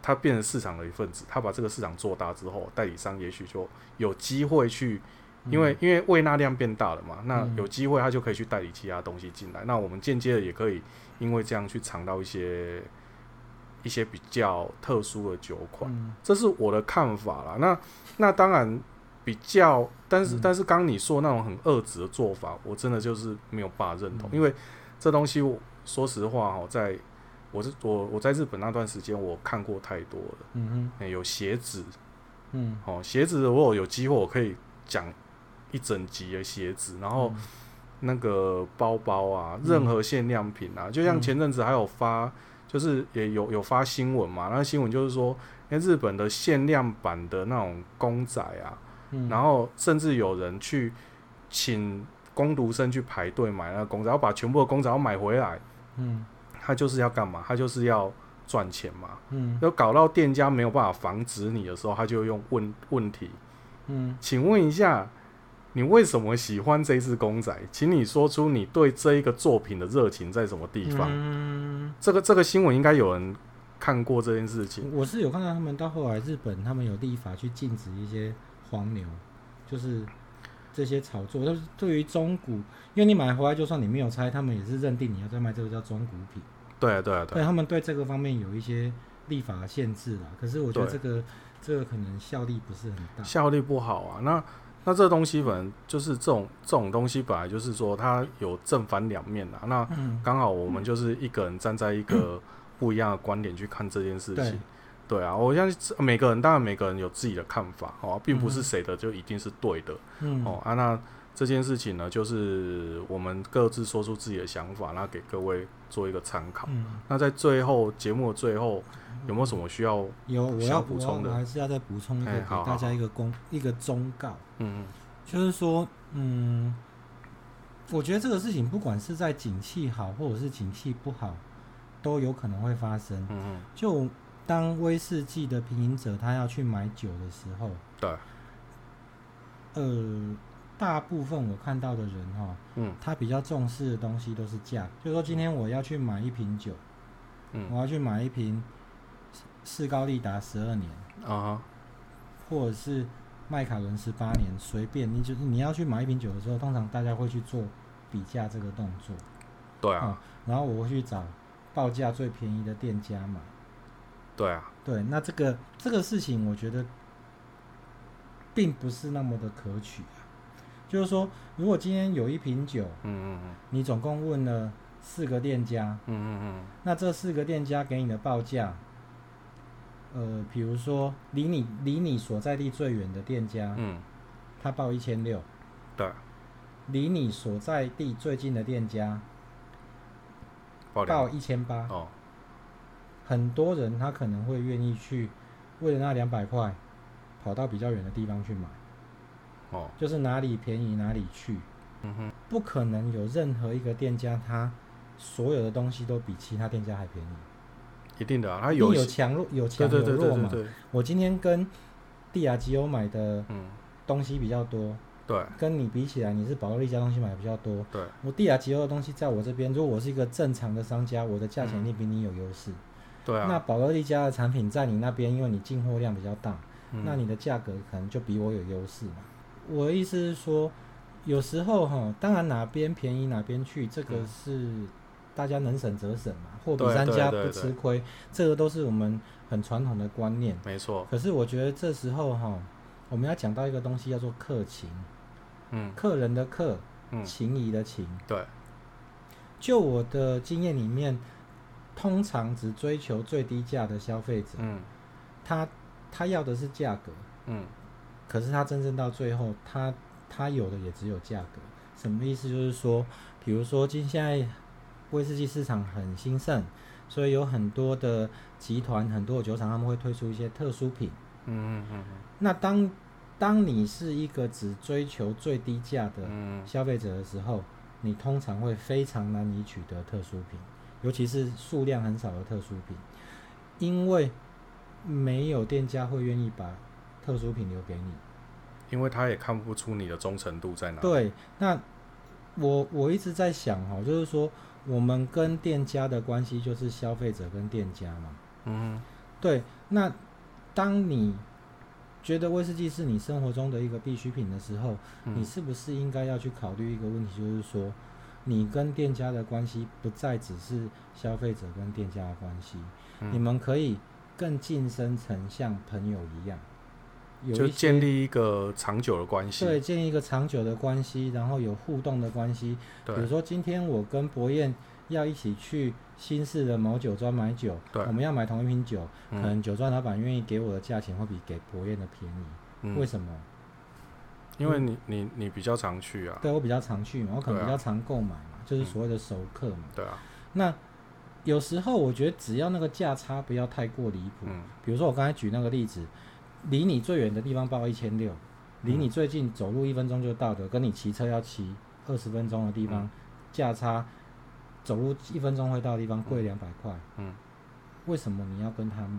[SPEAKER 1] 它变成市场的一份子，它把这个市场做大之后，代理商也许就有机会去，因为、因为胃纳量变大了嘛，那
[SPEAKER 2] 嗯
[SPEAKER 1] 有机会它就可以去代理其他东西进来，那我们间接的也可以因为这样去尝到一些一些比较特殊的酒款。
[SPEAKER 2] 嗯
[SPEAKER 1] 这是我的看法啦。那那当然比较，但是、
[SPEAKER 2] 嗯
[SPEAKER 1] 但是刚你说那种很恶质的做法，我真的就是没有办法认同，
[SPEAKER 2] 嗯
[SPEAKER 1] 因为这东西我说实话哦，在我是我我在日本那段时间我看过太多了，
[SPEAKER 2] 嗯哼
[SPEAKER 1] 诶有鞋子
[SPEAKER 2] 嗯，
[SPEAKER 1] 哦，鞋子如果有机会我可以讲一整集的鞋子，然后那个包包啊，
[SPEAKER 2] 嗯
[SPEAKER 1] 任何限量品啊，就像
[SPEAKER 2] 嗯
[SPEAKER 1] 前阵子还有发，就是也有有发新闻嘛，那新闻就是说，哎、日本的限量版的那种公仔啊，
[SPEAKER 2] 嗯，
[SPEAKER 1] 然后甚至有人去请工读生去排队买那个公仔，然后把全部的公仔要买回来，
[SPEAKER 2] 嗯
[SPEAKER 1] 他就是要干嘛？他就是要赚钱嘛。
[SPEAKER 2] 嗯
[SPEAKER 1] 就搞到店家没有办法防止你的时候，他就用问问题，
[SPEAKER 2] 嗯
[SPEAKER 1] 请问一下，你为什么喜欢这只公仔？请你说出你对这一个作品的热情在什么地方？
[SPEAKER 2] 嗯
[SPEAKER 1] 这个这个新闻应该有人看过这件事情。
[SPEAKER 2] 我是有看到他们到后来日本，他们有立法去禁止一些黄牛，就是这些炒作。但是对于中古，因为你买回来就算你没有拆，他们也是认定你要再卖这个叫中古品，
[SPEAKER 1] 对啊对啊
[SPEAKER 2] 所
[SPEAKER 1] 对
[SPEAKER 2] 以
[SPEAKER 1] 啊，
[SPEAKER 2] 他们对这个方面有一些立法限制啦。可是我觉得
[SPEAKER 1] 对
[SPEAKER 2] 这个这个可能效力不是很大。
[SPEAKER 1] 效率不好啊。那那这东西本来就是这种这种东西，本来就是说它有正反两面啊。那
[SPEAKER 2] 嗯
[SPEAKER 1] 刚好我们就是一个人站在一个不一样的观点去看这件事情
[SPEAKER 2] 对。
[SPEAKER 1] 对啊，我相信每个人，当然每个人有自己的看法哦，并不是
[SPEAKER 2] 嗯
[SPEAKER 1] 谁的就一定是对的。
[SPEAKER 2] 嗯
[SPEAKER 1] 哦啊，那这件事情呢，就是我们各自说出自己的想法，那给各位做一个参考。
[SPEAKER 2] 嗯，
[SPEAKER 1] 那在最后节目的最后，有没有什么需要？
[SPEAKER 2] 有我
[SPEAKER 1] 想要
[SPEAKER 2] 要
[SPEAKER 1] 补
[SPEAKER 2] 我要
[SPEAKER 1] 充的
[SPEAKER 2] 我还是要再补充一个
[SPEAKER 1] 哎
[SPEAKER 2] 给
[SPEAKER 1] 好
[SPEAKER 2] 大
[SPEAKER 1] 好
[SPEAKER 2] 家一个公一个忠告。
[SPEAKER 1] 嗯
[SPEAKER 2] 就是说，嗯，我觉得这个事情不管是在景气好或者是景气不好，都有可能会发生
[SPEAKER 1] 嗯。嗯
[SPEAKER 2] 就当威士忌的品饮者他要去买酒的时候，
[SPEAKER 1] 嗯，对，
[SPEAKER 2] 呃，大部分我看到的人哈、
[SPEAKER 1] 嗯
[SPEAKER 2] 他比较重视的东西都是价。就是说，今天我要去买一瓶酒，我
[SPEAKER 1] 嗯
[SPEAKER 2] 要去买一瓶士高利达十二年，
[SPEAKER 1] 啊哈，
[SPEAKER 2] 或者是麦卡伦十八年，随便你就是你要去买一瓶酒的时候，通常大家会去做比价这个动作，
[SPEAKER 1] 对啊，
[SPEAKER 2] 然后我会去找报价最便宜的店家买。
[SPEAKER 1] 对啊，
[SPEAKER 2] 对，那这个这个事情，我觉得并不是那么的可取啊。就是说，如果今天有一瓶酒，
[SPEAKER 1] 嗯嗯
[SPEAKER 2] 你总共问了四个店家，
[SPEAKER 1] 嗯嗯
[SPEAKER 2] 那这四个店家给你的报价，呃，比如说离你离你所在地最远的店家
[SPEAKER 1] 嗯，嗯，
[SPEAKER 2] 他报一千六，
[SPEAKER 1] 对，
[SPEAKER 2] 离你所在地最近的店家
[SPEAKER 1] 爆
[SPEAKER 2] 报
[SPEAKER 1] 料
[SPEAKER 2] 一千八，
[SPEAKER 1] 哦，
[SPEAKER 2] 很多人他可能会愿意去为了那两百块跑到比较远的地方去买，
[SPEAKER 1] 哦，
[SPEAKER 2] 就是哪里便宜哪里去。
[SPEAKER 1] 嗯哼，
[SPEAKER 2] 不可能有任何一个店家他所有的东西都比其他店家还便宜，
[SPEAKER 1] 一定的啊，他
[SPEAKER 2] 一
[SPEAKER 1] 有
[SPEAKER 2] 定有强弱
[SPEAKER 1] 对
[SPEAKER 2] 有强有
[SPEAKER 1] 对对对
[SPEAKER 2] 弱
[SPEAKER 1] 对
[SPEAKER 2] 嘛。
[SPEAKER 1] 对，
[SPEAKER 2] 我今天跟蒂亚吉欧买的
[SPEAKER 1] 嗯，
[SPEAKER 2] 东西比较多，
[SPEAKER 1] 对
[SPEAKER 2] 跟你比起来，你是宝利家东西买的比较多，
[SPEAKER 1] 对，
[SPEAKER 2] 我蒂亚吉欧的东西在我这边，如果我是一个正常的商家，我的价钱一定比你有优势。
[SPEAKER 1] 对
[SPEAKER 2] 那
[SPEAKER 1] 啊，
[SPEAKER 2] 宝乐利家的产品在你那边，因为你进货量比较大，
[SPEAKER 1] 嗯
[SPEAKER 2] 那你的价格可能就比我有优势嘛。我的意思是说，有时候哈，当然哪边便宜哪边去，这个
[SPEAKER 1] 嗯
[SPEAKER 2] 是大家能省则省嘛，货比
[SPEAKER 1] 对
[SPEAKER 2] 三
[SPEAKER 1] 对
[SPEAKER 2] 家
[SPEAKER 1] 对
[SPEAKER 2] 不
[SPEAKER 1] 对
[SPEAKER 2] 吃亏，这个都是我们很传统的观念。
[SPEAKER 1] 没错，
[SPEAKER 2] 可是我觉得这时候哈，我们要讲到一个东西叫做客情，
[SPEAKER 1] 嗯
[SPEAKER 2] 客人的客，
[SPEAKER 1] 嗯，
[SPEAKER 2] 情谊的情。
[SPEAKER 1] 对，
[SPEAKER 2] 就我的经验里面，通常只追求最低价的消费者，
[SPEAKER 1] 嗯
[SPEAKER 2] 他他要的是价格，
[SPEAKER 1] 嗯
[SPEAKER 2] 可是他真正到最后，他他有的也只有价格，什么意思？就是说，比如说今现在威士忌市场很兴盛，所以有很多的集团、很多的酒厂，他们会推出一些特殊品。
[SPEAKER 1] 嗯嗯嗯
[SPEAKER 2] 那当当你是一个只追求最低价的
[SPEAKER 1] 嗯，
[SPEAKER 2] 消费者的时候，你通常会非常难以取得特殊品，尤其是数量很少的特殊品，因为没有店家会愿意把特殊品留给你。
[SPEAKER 1] 因为他也看不出你的忠诚度在哪。，
[SPEAKER 2] 对，那我我一直在想哦，就是说我们跟店家的关系就是消费者跟店家嘛。
[SPEAKER 1] 嗯
[SPEAKER 2] 对，那当你觉得威士忌是你生活中的一个必需品的时候，你
[SPEAKER 1] 嗯
[SPEAKER 2] 是不是应该要去考虑一个问题，就是说，你跟店家的关系不再只是消费者跟店家的关系，你
[SPEAKER 1] 嗯，
[SPEAKER 2] 们可以更晋升成像朋友一样，有
[SPEAKER 1] 就
[SPEAKER 2] 一些
[SPEAKER 1] 建立一个长久的关系。
[SPEAKER 2] 对建立一个长久的关系，然后有互动的关系。比如
[SPEAKER 1] 对
[SPEAKER 2] 说今天我跟博彦要一起去新市的某酒庄买酒，
[SPEAKER 1] 对
[SPEAKER 2] 我们要买同一瓶酒，可
[SPEAKER 1] 嗯
[SPEAKER 2] 能酒庄老板愿意给我的价钱会比给博彦的便宜，为
[SPEAKER 1] 嗯，
[SPEAKER 2] 什么？
[SPEAKER 1] 因为你你你比较常去啊。
[SPEAKER 2] 对我比较常去嘛，我可能
[SPEAKER 1] 对啊
[SPEAKER 2] 比较常购买嘛，就是
[SPEAKER 1] 嗯
[SPEAKER 2] 所谓的熟客嘛。
[SPEAKER 1] 对啊，
[SPEAKER 2] 那有时候我觉得只要那个价差不要太过离谱，
[SPEAKER 1] 嗯
[SPEAKER 2] 比如说我刚才举那个例子，离你最远的地方报一千六，离
[SPEAKER 1] 嗯
[SPEAKER 2] 你最近走路一分钟就到的，跟你骑车要骑二十分钟的地方，
[SPEAKER 1] 嗯
[SPEAKER 2] 价差走路一分钟会到的地方贵两百块，
[SPEAKER 1] 嗯。
[SPEAKER 2] 为什么你要跟他买？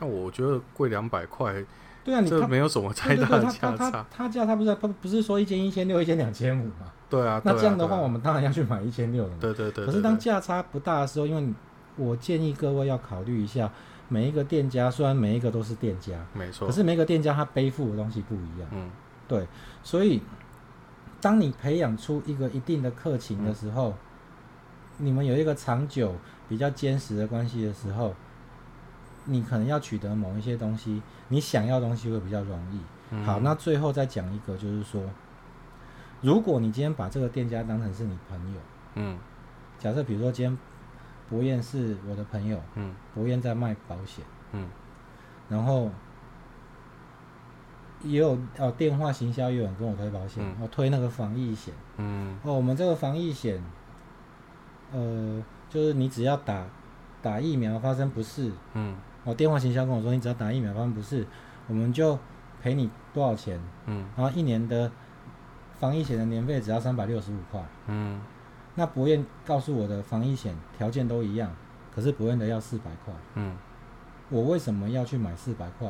[SPEAKER 1] 那我觉得贵两百块，
[SPEAKER 2] 对啊，你
[SPEAKER 1] 这
[SPEAKER 2] 他
[SPEAKER 1] 没有什么太
[SPEAKER 2] 对对
[SPEAKER 1] 大
[SPEAKER 2] 对，
[SPEAKER 1] 的
[SPEAKER 2] 他
[SPEAKER 1] 价
[SPEAKER 2] 他
[SPEAKER 1] 差
[SPEAKER 2] 他。他价他不是他不是说一间一千六，一间两千五嘛？
[SPEAKER 1] 对啊，
[SPEAKER 2] 那
[SPEAKER 1] 对啊
[SPEAKER 2] 这样的
[SPEAKER 1] 对啊
[SPEAKER 2] 话，我们当然要去买一千六了嘛。
[SPEAKER 1] 对对对。
[SPEAKER 2] 可是
[SPEAKER 1] 对
[SPEAKER 2] 当
[SPEAKER 1] 对
[SPEAKER 2] 价差不大的时候，因为你我建议各位要考虑一下，每一个店家虽然每一个都是店家，
[SPEAKER 1] 没错，
[SPEAKER 2] 可是每一个店家他背负的东西不一样，
[SPEAKER 1] 嗯
[SPEAKER 2] 所以当你培养出一个一定的客情的时候，
[SPEAKER 1] 嗯
[SPEAKER 2] 你们有一个长久比较坚实的关系的时候，你可能要取得某一些东西，你想要的东西会比较容易。
[SPEAKER 1] 嗯
[SPEAKER 2] 好，那最后再讲一个，就是说，如果你今天把这个店家当成是你朋友。
[SPEAKER 1] 嗯
[SPEAKER 2] 假设比如说今天博彦是我的朋友，
[SPEAKER 1] 嗯
[SPEAKER 2] 博彦在卖保险，
[SPEAKER 1] 嗯
[SPEAKER 2] 然后也有哦电话行销也有人跟我推保险，
[SPEAKER 1] 嗯
[SPEAKER 2] 我、推那个防疫险
[SPEAKER 1] 嗯
[SPEAKER 2] 哦，我们这个防疫险，呃，就是你只要打打疫苗发生不适，
[SPEAKER 1] 嗯
[SPEAKER 2] 哦电话行销跟我说你只要打疫苗发生不适，我们就赔你多少钱，
[SPEAKER 1] 嗯
[SPEAKER 2] 然后一年的防疫险的年费只要三百六十五块。
[SPEAKER 1] 嗯
[SPEAKER 2] 那博彦告诉我的防疫险条件都一样，可是博彦的要四百块，
[SPEAKER 1] 嗯
[SPEAKER 2] 我为什么要去买四百块？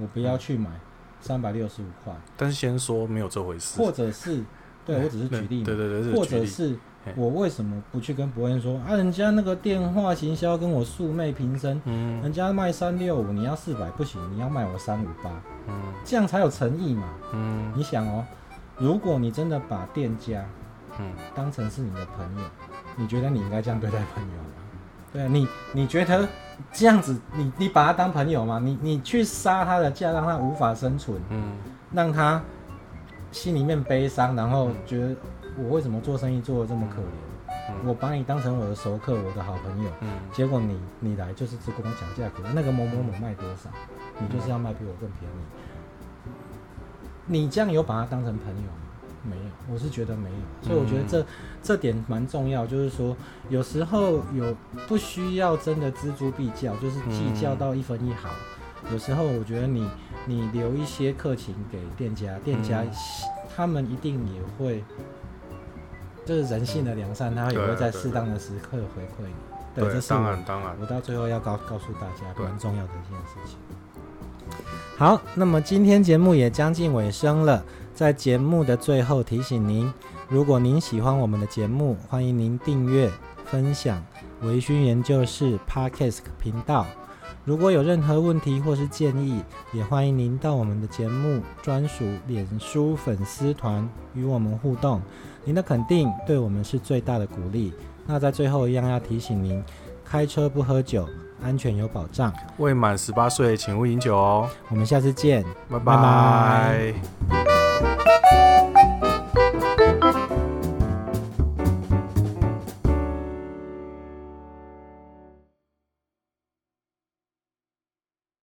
[SPEAKER 2] 我不要去买
[SPEAKER 1] 嗯
[SPEAKER 2] 三百六十五块，
[SPEAKER 1] 但是先说没有这回事。
[SPEAKER 2] 或者是，对我只是举例
[SPEAKER 1] 哎对对
[SPEAKER 2] 嘛，
[SPEAKER 1] 对，这是
[SPEAKER 2] 或
[SPEAKER 1] 举
[SPEAKER 2] 者
[SPEAKER 1] 例
[SPEAKER 2] 是
[SPEAKER 1] 嘿
[SPEAKER 2] 我为什么不去跟博彦说啊？人家那个电话行销跟我素昧平生，
[SPEAKER 1] 嗯
[SPEAKER 2] 人家卖三六五，你要四百不行，你要卖我三五八，
[SPEAKER 1] 嗯
[SPEAKER 2] 这样才有诚意嘛。
[SPEAKER 1] 嗯
[SPEAKER 2] 你想哦，如果你真的把店家
[SPEAKER 1] 嗯，
[SPEAKER 2] 当成是你的朋友，你觉得你应该这样对待朋友吗？对啊你，你觉得这样子，你你把他当朋友吗？你你去杀他的价，让他无法生存，
[SPEAKER 1] 嗯
[SPEAKER 2] 让他心里面悲伤，然后觉得我为什么做生意做的这么可怜？
[SPEAKER 1] 嗯
[SPEAKER 2] 我把你当成我的熟客，我的好朋友，
[SPEAKER 1] 嗯
[SPEAKER 2] 结果你你来就是只跟我讲价格，那个某某某卖多少，你就是要卖比我更便宜。你这样有把他当成朋友吗？没有，我是觉得没有，所以我
[SPEAKER 1] 嗯
[SPEAKER 2] 觉得这、这点蛮重要，就是说有时候有不需要真的锱铢必较，就是计较到一分一毫。有时候我觉得你你留一些客情给店家，店家、
[SPEAKER 1] 嗯
[SPEAKER 2] 他们一定也会，就是人性的良善，他也
[SPEAKER 1] 对
[SPEAKER 2] 会
[SPEAKER 1] 啊
[SPEAKER 2] 在
[SPEAKER 1] 对
[SPEAKER 2] 适
[SPEAKER 1] 对
[SPEAKER 2] 当的时刻回馈你。对，这
[SPEAKER 1] 对，
[SPEAKER 2] 是我
[SPEAKER 1] 当然当然，
[SPEAKER 2] 我到最后要告告诉大家
[SPEAKER 1] 对
[SPEAKER 2] 蛮重要的一件事情。好，那么今天节目也将近尾声了，在节目的最后提醒您，如果您喜欢我们的节目，欢迎您订阅、分享微醺研究室 Podcast 频道。如果有任何问题或是建议，也欢迎您到我们的节目专属脸书粉丝团与我们互动。您的肯定对我们是最大的鼓励。那在最后一样要提醒您，开车不喝酒，安全有保障。
[SPEAKER 1] 未满十八岁请勿饮酒哦，
[SPEAKER 2] 我们下次见。
[SPEAKER 1] 拜
[SPEAKER 2] 拜拜
[SPEAKER 1] 拜。